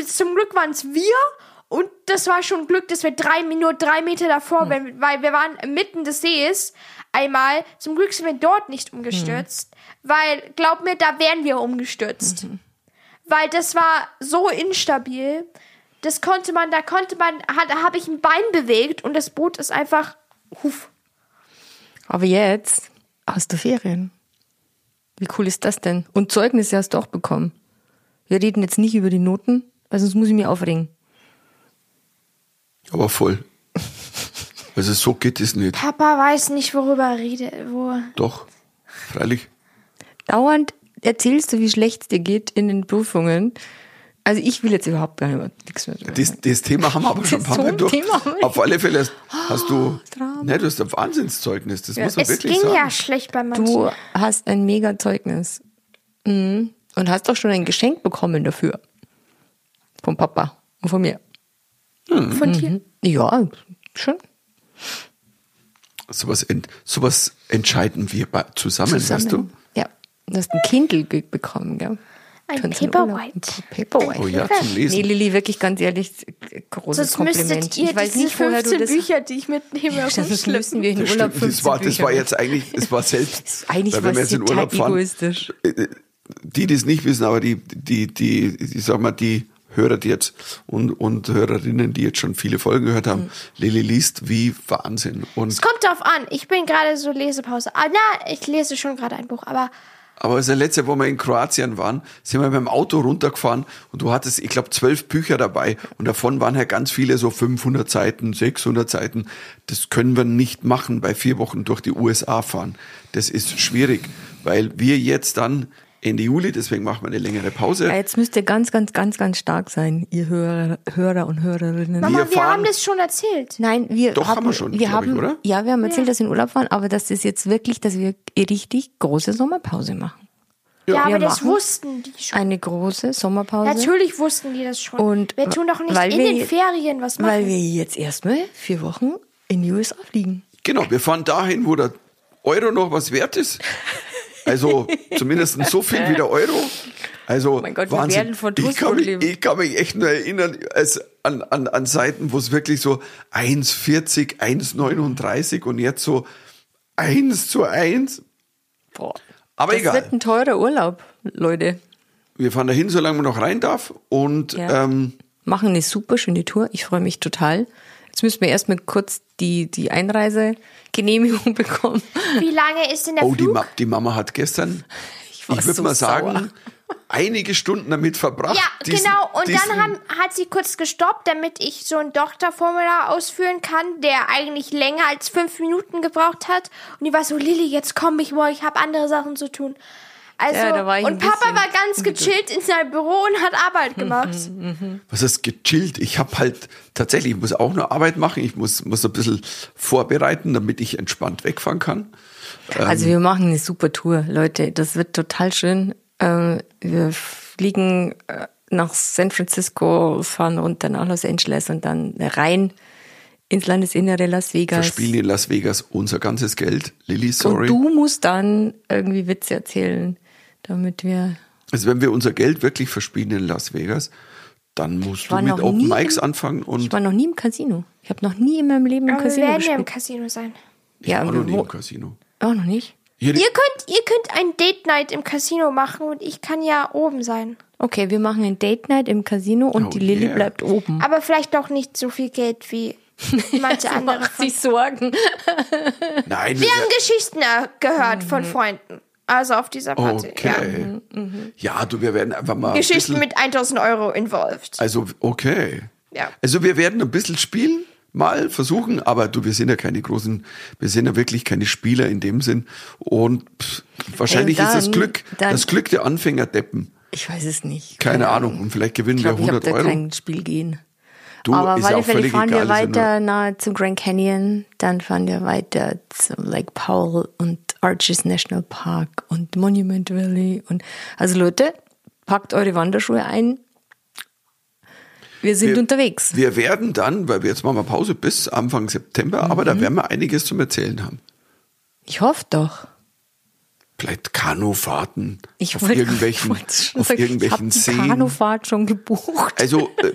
Zum Glück waren es wir und das war schon Glück, dass wir drei, nur drei Meter davor, waren, weil wir waren mitten des Sees einmal. Zum Glück sind wir dort nicht umgestürzt, Hm. weil, glaub mir, da wären wir umgestürzt. Mhm. weil das war so instabil. Das konnte man, da konnte man, hat- da habe ich ein Bein bewegt und das Boot ist einfach, huf. Aber jetzt hast du Ferien. Wie cool ist das denn? Und Zeugnisse hast du auch bekommen. Wir reden jetzt nicht über die Noten, weil sonst muss ich mich aufregen. Aber voll. Also so geht es nicht. Papa weiß nicht, worüber er redet. Wo. Doch. Freilich. Dauernd erzählst du, wie schlecht es dir geht in den Prüfungen. Also ich will jetzt überhaupt gar nicht mehr, nichts mehr drüber Das, das Thema haben wir aber schon ein Das paar Mal durch. Thema haben wir- Ah, Auf alle Fälle hast, hast du, Drama. ne, du hast ein Wahnsinnszeugnis, das muss man Es wirklich ging sagen. ja schlecht bei manchen. Du hast ein mega Zeugnis. Mhm. Und hast doch schon ein Geschenk bekommen dafür. Vom Papa und von mir. mhm. Von dir. Ja, schon. Sowas, ent, sowas entscheiden wir bei- zusammen, Zusammen. weißt du? Ja. Du hast ein Kindle ge- bekommen, gell? Ein Für uns in Paperwhite. Also Urlaub. Ein Pa- Paperwhite. Oh ja, zum Nee, Lesen. Lilly, wirklich ganz ehrlich, großes Sonst müsstet Kompliment. ihr ich weiß diese nicht, woher du 15 das Bücher, die ich mitnehme, Sonst rumschleppen. müssen wir in Das, Urlaub stimmt, 15 das, war, das Bücher war jetzt eigentlich, es war selbst. Eigentlich weil war wenn wir es jetzt in total Urlaub fahren, äh, egoistisch. die, die es nicht wissen, aber die, die, die, die, sag mal, die Hörer, die jetzt und, und Hörerinnen, die jetzt schon viele Folgen gehört Mhm. haben, Lilly liest wie Wahnsinn. Und, Es kommt drauf an. Ich bin gerade so Lesepause. Ah, na, ich lese schon gerade ein Buch, aber aber das letzte, wo wir in Kroatien waren, sind wir mit dem Auto runtergefahren und du hattest, ich glaube, zwölf Bücher dabei und davon waren ja ganz viele so 500 Seiten, 600 Seiten. Das können wir nicht machen bei vier Wochen durch die USA fahren. Das ist schwierig, weil wir jetzt dann Ende Juli, deswegen machen wir eine längere Pause. Ja, jetzt müsst ihr ganz, ganz, ganz, ganz stark sein, ihr Hörer, Hörer und Hörerinnen. Mama, wir, fahren- haben das schon erzählt. Nein, wir Doch, haben, haben wir schon, wir glaub ich, haben, oder? Ja, wir haben erzählt, dass wir in Urlaub fahren, aber dass das jetzt wirklich, dass wir eh richtig große Sommerpause machen. Ja, aber Wir das machen- wussten die schon. Eine große Sommerpause. Natürlich wussten die das schon. Und wir tun doch nicht weil in wir- den Ferien was machen. Weil wir jetzt erstmal vier Wochen in die USA fliegen. Genau, wir fahren dahin, wo der Euro noch was wert ist. Also zumindest so viel wie der Euro. Also mein Gott, wir Wahnsinn. werden von ich, kann mich, Toastbrot leben. ich kann mich echt nur erinnern als, an, an, an Seiten, wo es wirklich so 1,40, 1,39 und jetzt so 1 zu 1. Boah. Aber das egal. wird ein teurer Urlaub, Leute. Wir fahren dahin, solange man noch rein darf. Und Ja. ähm, Machen eine super schöne Tour. Ich freue mich total. Jetzt müssen wir erstmal kurz die, die Einreisegenehmigung bekommen. Wie lange ist denn der oh, die, Flug? Ma die Mama hat gestern, ich, war würde so mal sauer. sagen, einige Stunden damit verbracht. Ja, diesen- genau. Und diesen- dann haben, hat sie kurz gestoppt, damit ich so ein Doktorformular ausfüllen kann, der eigentlich länger als fünf Minuten gebraucht hat. Und die war so, Lilly, jetzt komm ich mal, ich habe andere Sachen zu tun. Also, Ja, da war ich ein und Papa bisschen Hm, war ganz gechillt in seinem Büro und hat Arbeit gemacht. was ist gechillt? Ich habe halt tatsächlich, ich muss auch nur Arbeit machen. Ich muss, muss ein bisschen vorbereiten, damit ich entspannt wegfahren kann. ähm, Also wir machen eine super Tour, Leute. Das wird total schön. Ähm, wir fliegen äh, nach San Francisco, fahren runter nach Los Angeles und dann rein ins Landesinnere Las Wir Vegas. spielen in Las Vegas unser ganzes Geld. Lilly, sorry. Und du musst dann irgendwie Witze erzählen, damit wir. Also wenn wir unser Geld wirklich verspielen in Las Vegas, dann musst Ich du war mit noch Open nie Mics im- anfangen Ich und war noch nie im Casino. Ich habe noch nie in meinem Leben im Aber wir Casino werden ja im gespielt. Casino sein. Ja, auch noch nie wo- im Casino. auch noch nicht. Hier die- Ihr könnt, ihr könnt ein Date Night im Casino machen und ich kann ja oben sein. Okay, wir machen ein Date Night im Casino und Oh die Lilly yeah. bleibt oben. Aber vielleicht doch nicht so viel Geld wie manche andere. Macht sich Sorgen. Nein, Wir haben Geschichten äh, gehört von Mhm. Freunden. Also auf dieser Party. Ja. Okay. mhm. Ja, du, wir werden einfach mal. ein Geschichten bisschen- mit 1000 Euro involved. Also, okay. Ja. Also, wir werden ein bisschen spielen, mal versuchen, aber du, wir sind ja keine großen, wir sind ja wirklich keine Spieler in dem Sinn. Und pff, wahrscheinlich Ey, ist das dann- Glück, dann- das Glück der Anfänger deppen. Ich weiß es nicht. Keine Ahnung. Und vielleicht gewinnen Ich glaube, wir ich habe 100 Euro. da kein Spiel gehen. Du, ist Aber auf ja alle auch Fälle völlig fahren egal. wir ist ja nur- weiter nahe zum Grand Canyon, dann fahren wir weiter zum Lake Powell und Arches National Park und Monument Valley. Und also Leute, packt eure Wanderschuhe ein. Wir sind Wir- unterwegs. Wir werden dann, weil wir jetzt machen wir Pause bis Anfang September, aber Mhm. da werden wir einiges zum Erzählen haben. Ich hoffe doch. Vielleicht Kanufahrten Ich auf wollte irgendwelchen, wollte schon auf sagen, irgendwelchen ich habe die Seen. Kanufahrt schon gebucht. Also, äh,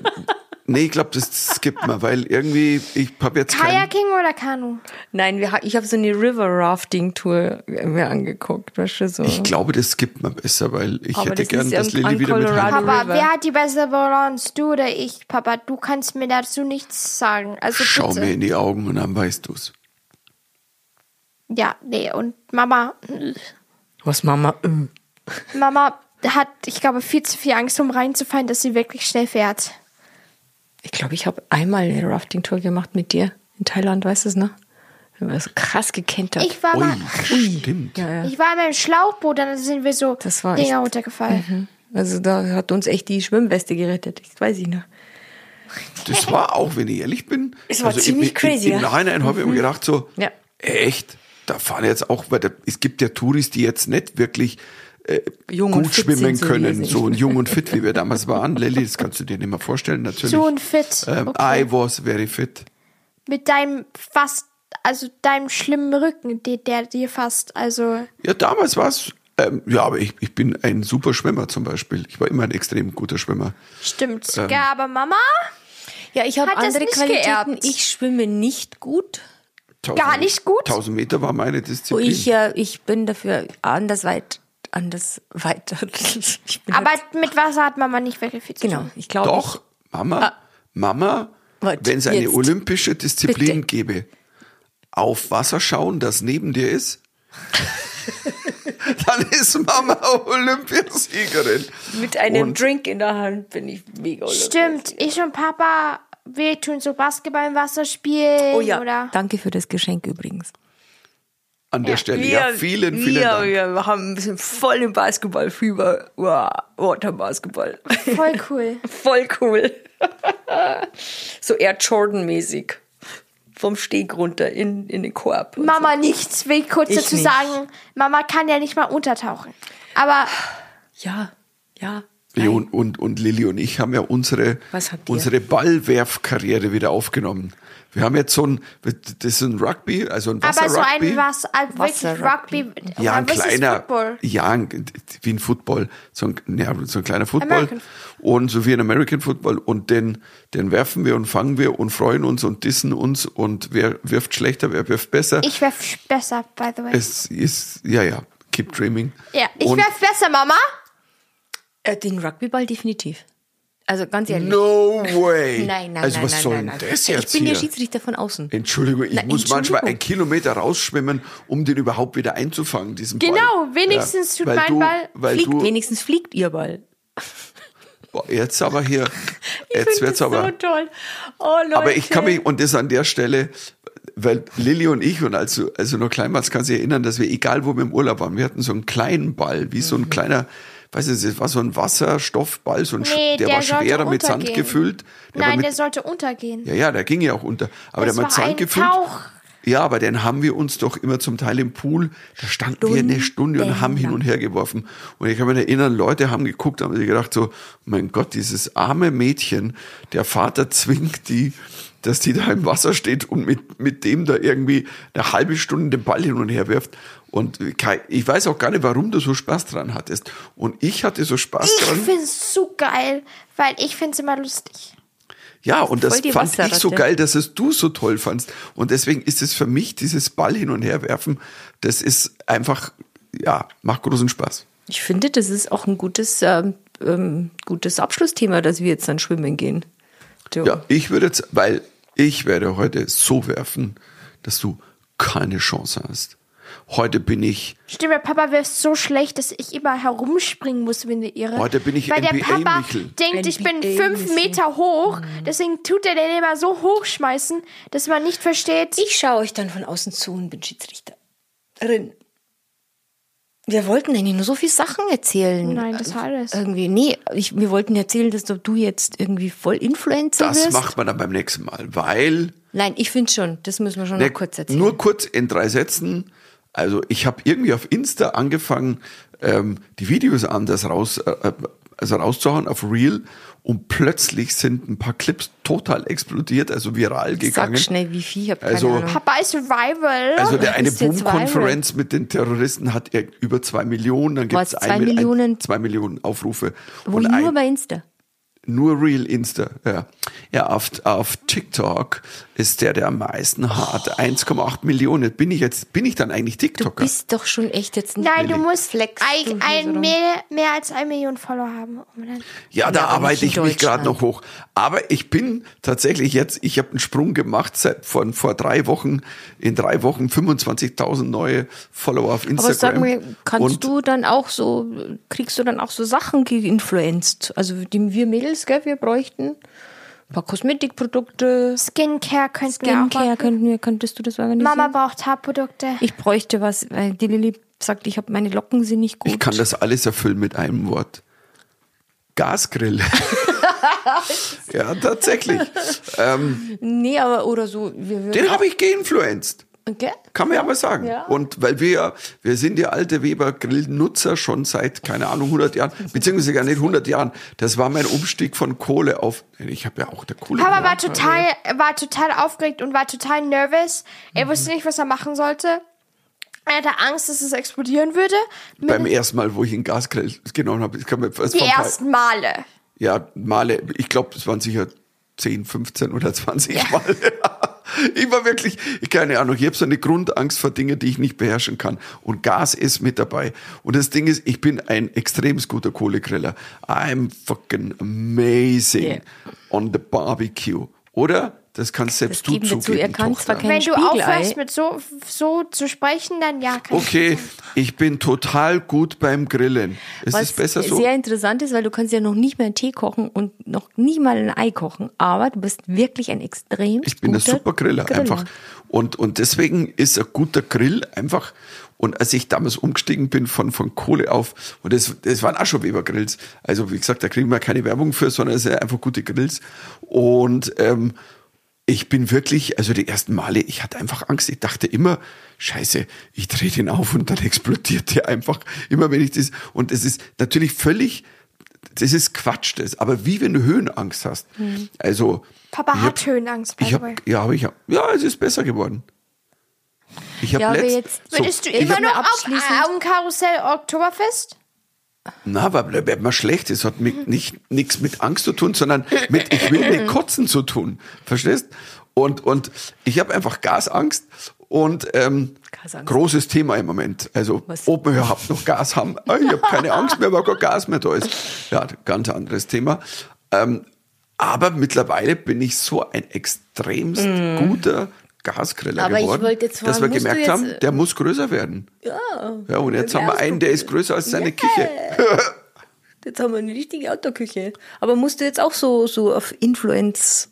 nee, ich glaube, das skippt man, weil irgendwie, ich habe jetzt kein, Kajaking oder Kanu? Nein, wir, ha- ich habe so eine River Rafting Tour mir angeguckt, weißt du so. ich glaube, das skippt man besser, weil ich Mhm. Aber hätte das gern, ist dass an- Lilly an wieder mit Colorado. Heim. Papa, River. wer hat die bessere Balance? Du oder ich? Papa, du kannst mir dazu nichts sagen. Also Schau bitte. mir in die Augen und dann weißt du's. Ja, nee. Und Mama, Was Mama? äh. Mama hat, ich glaube, viel zu viel Angst, um reinzufallen, dass sie wirklich schnell fährt. Ich glaube, ich habe einmal eine Rafting Tour gemacht mit dir in Thailand, weißt du es, ne? Wir haben das krass gekentert. Ich war mal, Ui, stimmt. ja, ja. ich war mal im Schlauchboot, dann sind wir so Das war Dinger echt- runtergefallen. Also da hat uns echt die Schwimmweste gerettet. Ich weiß ich noch. Das war auch, wenn ich ehrlich bin. Es war ziemlich im, crazy, Im, im ja. Mhm. Nachhinein habe ich mir gedacht, so, Ja. echt, da fahren jetzt auch, weil da, es gibt ja Touris, die jetzt nicht wirklich Jung und gut fit sind, schwimmen so wie wir können, sind. so jung und fit, wie wir damals waren. Lilly, das kannst du dir nicht mehr vorstellen, natürlich. So ein Fit. Ähm, Okay. I was very fit. Mit deinem fast, also deinem schlimmen Rücken, der, der dir fast, also. Ja, damals war es. Ähm, ja, aber ich, ich bin ein super Schwimmer zum Beispiel. Ich war immer ein extrem guter Schwimmer. Stimmt. Ähm. ja, aber Mama? Ja, ich habe Hat das andere nicht Qualitäten. geerbt? Ich schwimme nicht gut. 1000 Gar nicht gut? 1000 Meter war meine Oh, Disziplin. ich, äh, ich bin dafür anders weit, anders weiter. Ich bin Aber halt- mit Wasser hat Mama nicht wirklich viel zu genau, tun. ich glaube. Doch, Mama, Mama, Warte, wenn es eine jetzt. olympische Disziplin Bitte. gäbe, auf Wasser schauen, das neben dir ist, dann ist Mama Olympiasiegerin. Mit einem Und- Drink in der Hand bin ich mega Stimmt. Ich und Papa, wir tun so Basketball im Wasser spielen. Oh ja, Oder danke für das Geschenk übrigens. An der Stelle. ja, vielen, vielen wir, Dank. Wir haben ein bisschen voll im Basketballfieber. Wow, Waterbasketball. voll cool. voll cool. so eher Jordan-mäßig. Vom Steg runter in, in den Korb. und Mama nichts, will kurz Ich dazu nicht. sagen. Mama kann ja nicht mal untertauchen. Aber So. Ja, ja. Ja, und, und, und Lilly und ich haben ja unsere, Was habt ihr? unsere Ballwerfkarriere wieder aufgenommen. Wir haben jetzt so ein, das ist ein Rugby, also ein aber so Wasser-Rugby. ein was, also wirklich Wasser-Rugby. Rugby. Rugby ja, ein kleiner, Football. ja, ein, wie ein Football, so ein, ja, so ein kleiner Football American. und so wie ein American Football und den, den werfen wir und fangen wir und freuen uns und dissen uns und wer wirft schlechter, wer wirft besser. Ich werf besser, by the way. es ist, ja, ja, keep dreaming. ja, ich und werf besser, Mama. Äh, den Rugbyball definitiv. Also ganz ehrlich. No way! Nein, nein, also nein, was nein, soll nein, denn nein. das ich jetzt bin hier? der Schiedsrichter von außen. Entschuldigung, ich Na, muss manchmal Entschuldigung. einen Kilometer rausschwimmen, um den überhaupt wieder einzufangen, diesen Ball. Genau, wenigstens tut weil mein du, Ball- Weil fliegt, du, wenigstens fliegt ihr Ball. boah, jetzt aber hier, Ich jetzt find wird's das aber. so toll. Oh, Leute. aber ich kann mich, und das an der Stelle, weil Lilly und ich, und als du, als du noch klein warst, kannst du dich erinnern, dass wir, egal wo wir im Urlaub waren, wir hatten so einen kleinen Ball, wie so Mhm. ein kleiner, weiß nicht, das war so ein Wasserstoffball, so ein, Sch- Nee, der, der war sollte schwerer mit Sand untergehen. gefüllt. Der war Nein, mit, der sollte untergehen. ja, ja, der ging ja auch unter. Aber Hm. Das der war mit war Sand ein gefüllt. Tauch. Ja, aber den haben wir uns doch immer zum Teil im Pool, da standen wir eine Stunde und haben hin und her geworfen. Und ich kann mich erinnern, Leute haben geguckt, haben sich gedacht so, mein Gott, dieses arme Mädchen, der Vater zwingt die, dass die da im Wasser steht und mit, mit dem da irgendwie eine halbe Stunde den Ball hin und her wirft. Und Kai, ich weiß auch gar nicht, warum du so Spaß dran hattest. Und ich hatte so Spaß Ich dran. find's so geil, weil ich find's immer lustig. Ja, und das Voll die fand ich Wasserratte. so geil, dass es du so toll fandst. Und deswegen ist es für mich dieses Ball hin und her werfen, das ist einfach, ja, macht großen Spaß. Ich finde, das ist auch ein gutes, ähm, ähm, gutes Abschlussthema, dass wir jetzt dann schwimmen gehen. So. Ja, ich würde jetzt, weil ich werde heute so werfen, dass du keine Chance hast. Heute bin ich, Stimmt, der Papa wäre so schlecht, dass ich immer herumspringen muss, wenn ich irre. Heute bin ich Weil der NBA Papa Michel. denkt, ich bin NBA fünf Michel. Mhm. Meter hoch, deswegen tut er den immer so hochschmeißen, dass man nicht versteht. Ich schaue euch dann von außen zu und bin Schiedsrichterin. Wir wollten eigentlich nur so viele Sachen erzählen. Nein, das war alles. Irgendwie, nee, ich, wir wollten erzählen, dass du- du jetzt irgendwie voll Influencer das wirst. macht man dann beim nächsten Mal, weil Nein, ich finde schon, das müssen wir schon Ne, noch kurz erzählen. Nur kurz in drei Sätzen. Also ich habe irgendwie auf Insta angefangen, ähm, die Videos anders raus, äh, also rauszuhauen auf Real und plötzlich sind ein paar Clips total explodiert, also viral gegangen. Sag schnell, wie viel, ich habe Also- keine Ahnung. Papa ist Survival. Also der eine ist jetzt Boom-Konferenz mit den Terroristen hat ir- über zwei Millionen, dann gibt es Was, zwei Millionen? zwei Millionen Aufrufe. Wo und nur ein, bei Insta. nur Real Insta. Ja, ja auf, auf TikTok ist der, der am meisten hat. 1,8 Millionen. Bin ich jetzt, bin ich dann eigentlich Oh. Du TikToker? bist doch schon echt jetzt ein Nein, du musst Flex. ein, ein mehr, mehr als ein Million Follower haben. um dann- Ja, da Ja, aber arbeite nicht ich in mich gerade noch Deutschland. hoch. Aber ich bin tatsächlich jetzt, ich habe einen Sprung gemacht seit von vor drei Wochen, in drei Wochen 25.000 neue Follower auf Instagram. Aber sag mal, kannst Und du dann auch so, kriegst du dann auch so Sachen geinfluenzt? Also die, wir Mädels, gell, wir bräuchten ein paar Kosmetikprodukte, Skincare könnten wir auch Skincare, machen. könnten wir, könntest du das organisieren? Mama braucht Haarprodukte. ich bräuchte was, weil die Lilly sagt, ich habe meine Locken sind nicht gut. Ich kann das alles erfüllen mit einem Wort. Gasgrill. ja, tatsächlich. Ähm, Nee, aber oder so. Wir, wir, den habe ich geinfluenzt. okay? Kann man ja mal sagen. Ja. Und weil wir ja, wir sind ja alte Weber-Grill-Nutzer schon seit, keine Ahnung, 100 Jahren, beziehungsweise gar nicht 100 Jahren. Das war mein Umstieg von Kohle auf, ich habe ja auch der Kohle. Papa war total, war total aufgeregt und war total nervös. Mhm. Er wusste nicht, was er machen sollte. Er hatte Angst, dass es explodieren würde. Beim ersten Mal, wo ich einen Gasgrill genommen habe, ich kann mir fast Die vor ein paar- ersten Male. Ja, Male, ich glaube, es waren sicher 10, 15 oder 20 Male. ich war wirklich, keine Ahnung, ich habe so eine Grundangst vor Dingen, die ich nicht beherrschen kann. Und Gas ist mit dabei. Und das Ding ist, ich bin ein extrem guter Kohlegriller. I'm fucking amazing Yeah. on the barbecue. Oder? Das kannst selbst Das du geben wir zu, zugeben, er kann Tochter. zwar kein Wenn du Spiegelei. aufhörst, mit so, so zu sprechen, dann ja. Kann Okay, ich bin total gut beim Grillen. Ist es besser so? sehr interessant ist, weil du kannst ja noch nicht mal einen Tee kochen und noch nie mal ein Ei kochen, aber du bist wirklich ein extrem Ich bin ein guter super Griller, einfach. Und, und deswegen ist ein guter Grill einfach. Und als ich damals umgestiegen bin von, von Kohle auf, und das, das waren auch schon Weber-Grills. Also, wie gesagt, da kriegen wir keine Werbung für, sondern es sind einfach gute Grills. Und ähm, ich bin wirklich, also die ersten Male, ich hatte einfach Angst. Ich dachte immer, Scheiße, ich drehe den auf und dann explodiert der einfach. Immer wenn ich das, und es ist natürlich völlig, das ist Quatsch, das. Aber wie wenn du Höhenangst hast. Also. Mhm. Papa ich hat Höhenangst, by ich the hab, way. ja, aber ich hab, ja, es ist besser geworden. Ich habe Ja, aber letzt, jetzt- so, Würdest du ich immer hab- noch auf abschließend- Augenkarussell Oktoberfest? na, aber wird mal schlecht. Es hat mit, nicht nichts mit Angst zu tun, sondern mit ich will nicht kotzen zu tun. Verstehst? Und und ich habe einfach Gasangst und ähm, Gasangst. großes Thema im Moment. Also Was? ob wir überhaupt noch Gas haben. Ah, Ich habe keine Angst mehr, weil kein Gas mehr da ist. Ja, ganz anderes Thema. Ähm, aber mittlerweile bin ich so ein extremst guter Gasgriller Mm. Aber ich geworden, wollte jetzt dass wir fragen, musst du gemerkt jetzt- äh, haben, der muss größer werden. Ja. Oh, Ja, und jetzt haben wir einen, der ist größer als seine Küche. Jetzt haben wir eine richtige Outdoor-Küche. Aber musst du jetzt auch so, so auf Influence,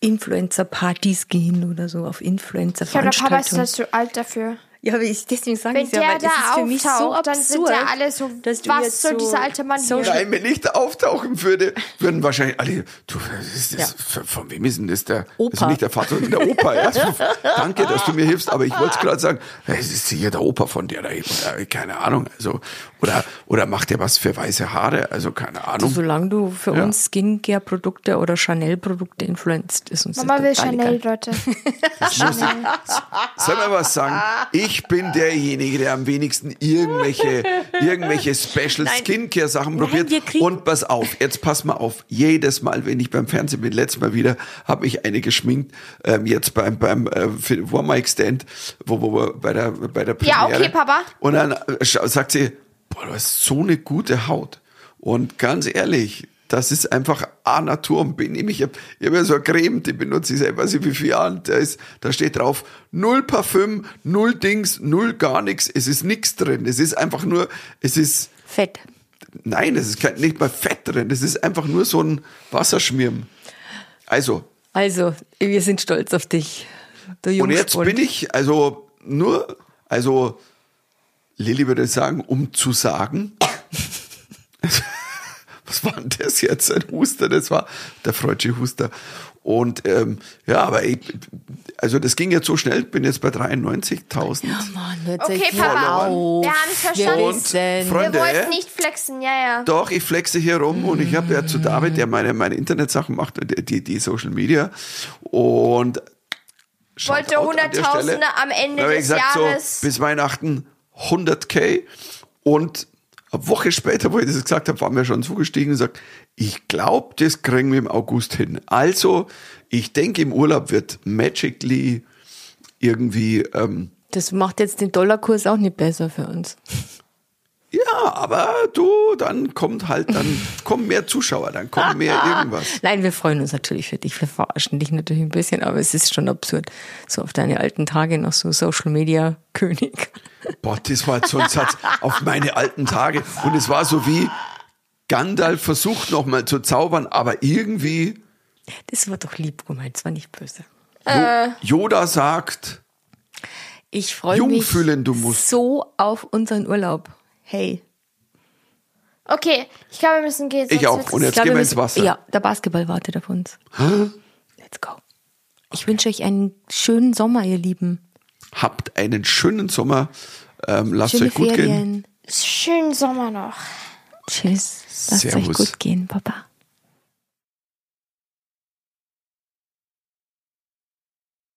Influencer-Partys gehen oder so, auf Ich glaube, der Papa ist da Influencer-Veranstaltungen? zu alt dafür. Ja, aber ich, deswegen sage Wenn ich es ja, der weil das da ist für mich so auftaucht, absurd. dann sind ja alle so, dass du was jetzt soll dieser alte Mann hier? Social- Nein, wenn ich da auftauchen würde, würden wahrscheinlich alle, du, das ist das, Ja. von- von wem ist denn das der? Das ist Opa. nicht der Vater, sondern der Opa. Ja. Danke, dass du mir hilfst, aber ich wollte es gerade sagen, es ist sicher der Opa von der da eben, oder, keine Ahnung. Also, oder, oder macht er was für weiße Haare? Also, keine Ahnung. Solange du für Ja. uns Skincare-Produkte oder Chanel-Produkte influenzt, ist uns Mama will das total Chanel, egal. Leute. Soll man was sagen? Ich Ich bin derjenige, der am wenigsten irgendwelche, irgendwelche Special Nein. Skincare Sachen Nein, probiert. wir kriegen- Und pass auf, jetzt pass mal auf. Jedes Mal, wenn ich beim Fernsehen bin, letztes Mal wieder, habe ich eine geschminkt. Ähm, jetzt beim beim äh, für- One Mic Stand, wo, wo wir bei der bei der Ja, okay, Papa. ne? Und dann äh, scha- sagt sie, boah, du hast so eine gute Haut. Und ganz ehrlich. Das ist einfach A-Natur und bin ich. Ich habe hab ja so eine Creme, die benutze ich seit weiß ich wie vielen Jahren. Da, ist, da steht drauf, null Parfüm, null Dings, null gar nichts. Es ist nichts drin. Es ist einfach nur, es ist Fett. Nein, das ist kein, nicht mal Fett drin. Das ist einfach nur so ein Wasserschmirm. Also, Also, wir sind stolz auf dich. Du und jetzt Jungspund. bin ich, also nur, also Lilly würde sagen, um zu sagen. Was war denn das jetzt? Ein Huster, das war der freudsche Huster. Und ähm, ja, aber ich, also das ging jetzt so schnell, bin jetzt bei 93.000. Mann, jetzt Okay, echt Papa. mal auf. Wir haben es verstanden. Wir wissen. Und- Freunde, Wir wollten nicht flexen, ja, ja. Doch, ich flexe hier rum und ich habe ja zu David, der meine, meine Internetsachen macht, die, die, die Social Media. Und Shoutout Wollte an der Hunderttausende Stelle. am Ende Da hab ich des Jahres. So, bis Weihnachten 100k und eine Woche später, wo ich das gesagt habe, waren wir schon zugestiegen und sagt, ich glaube, das kriegen wir im August hin. Also, ich denke, im Urlaub wird magically irgendwie, ähm, Das macht jetzt den Dollarkurs auch nicht besser für uns. ja, aber du, dann kommt halt, dann kommen mehr Zuschauer, dann kommt mehr irgendwas. Nein, wir freuen uns natürlich für dich. Wir verarschen dich natürlich ein bisschen, aber es ist schon absurd. So auf deine alten Tage noch so Social Media König. Boah, das war jetzt so ein Satz auf meine alten Tage. Und es war so wie, Gandalf versucht nochmal zu zaubern, aber irgendwie Das war doch lieb gemeint, das war nicht böse. Äh. Jo- Yoda sagt, Ich freue mich Jungfühlen, du musst. so auf unseren Urlaub. Hey. Okay, ich glaube, wir müssen gehen. Ich sonst auch. wird's- Und jetzt glaube, gehen wir müssen- ins Wasser. Ja, der Basketball wartet auf uns. Let's go. Ich wünsche euch einen schönen Sommer, ihr Lieben. habt einen schönen Sommer, ähm, lasst Schöne euch gut gehen. Ferien. Schönen Sommer noch. Tschüss. Lasst euch Servus. gut gehen, Papa.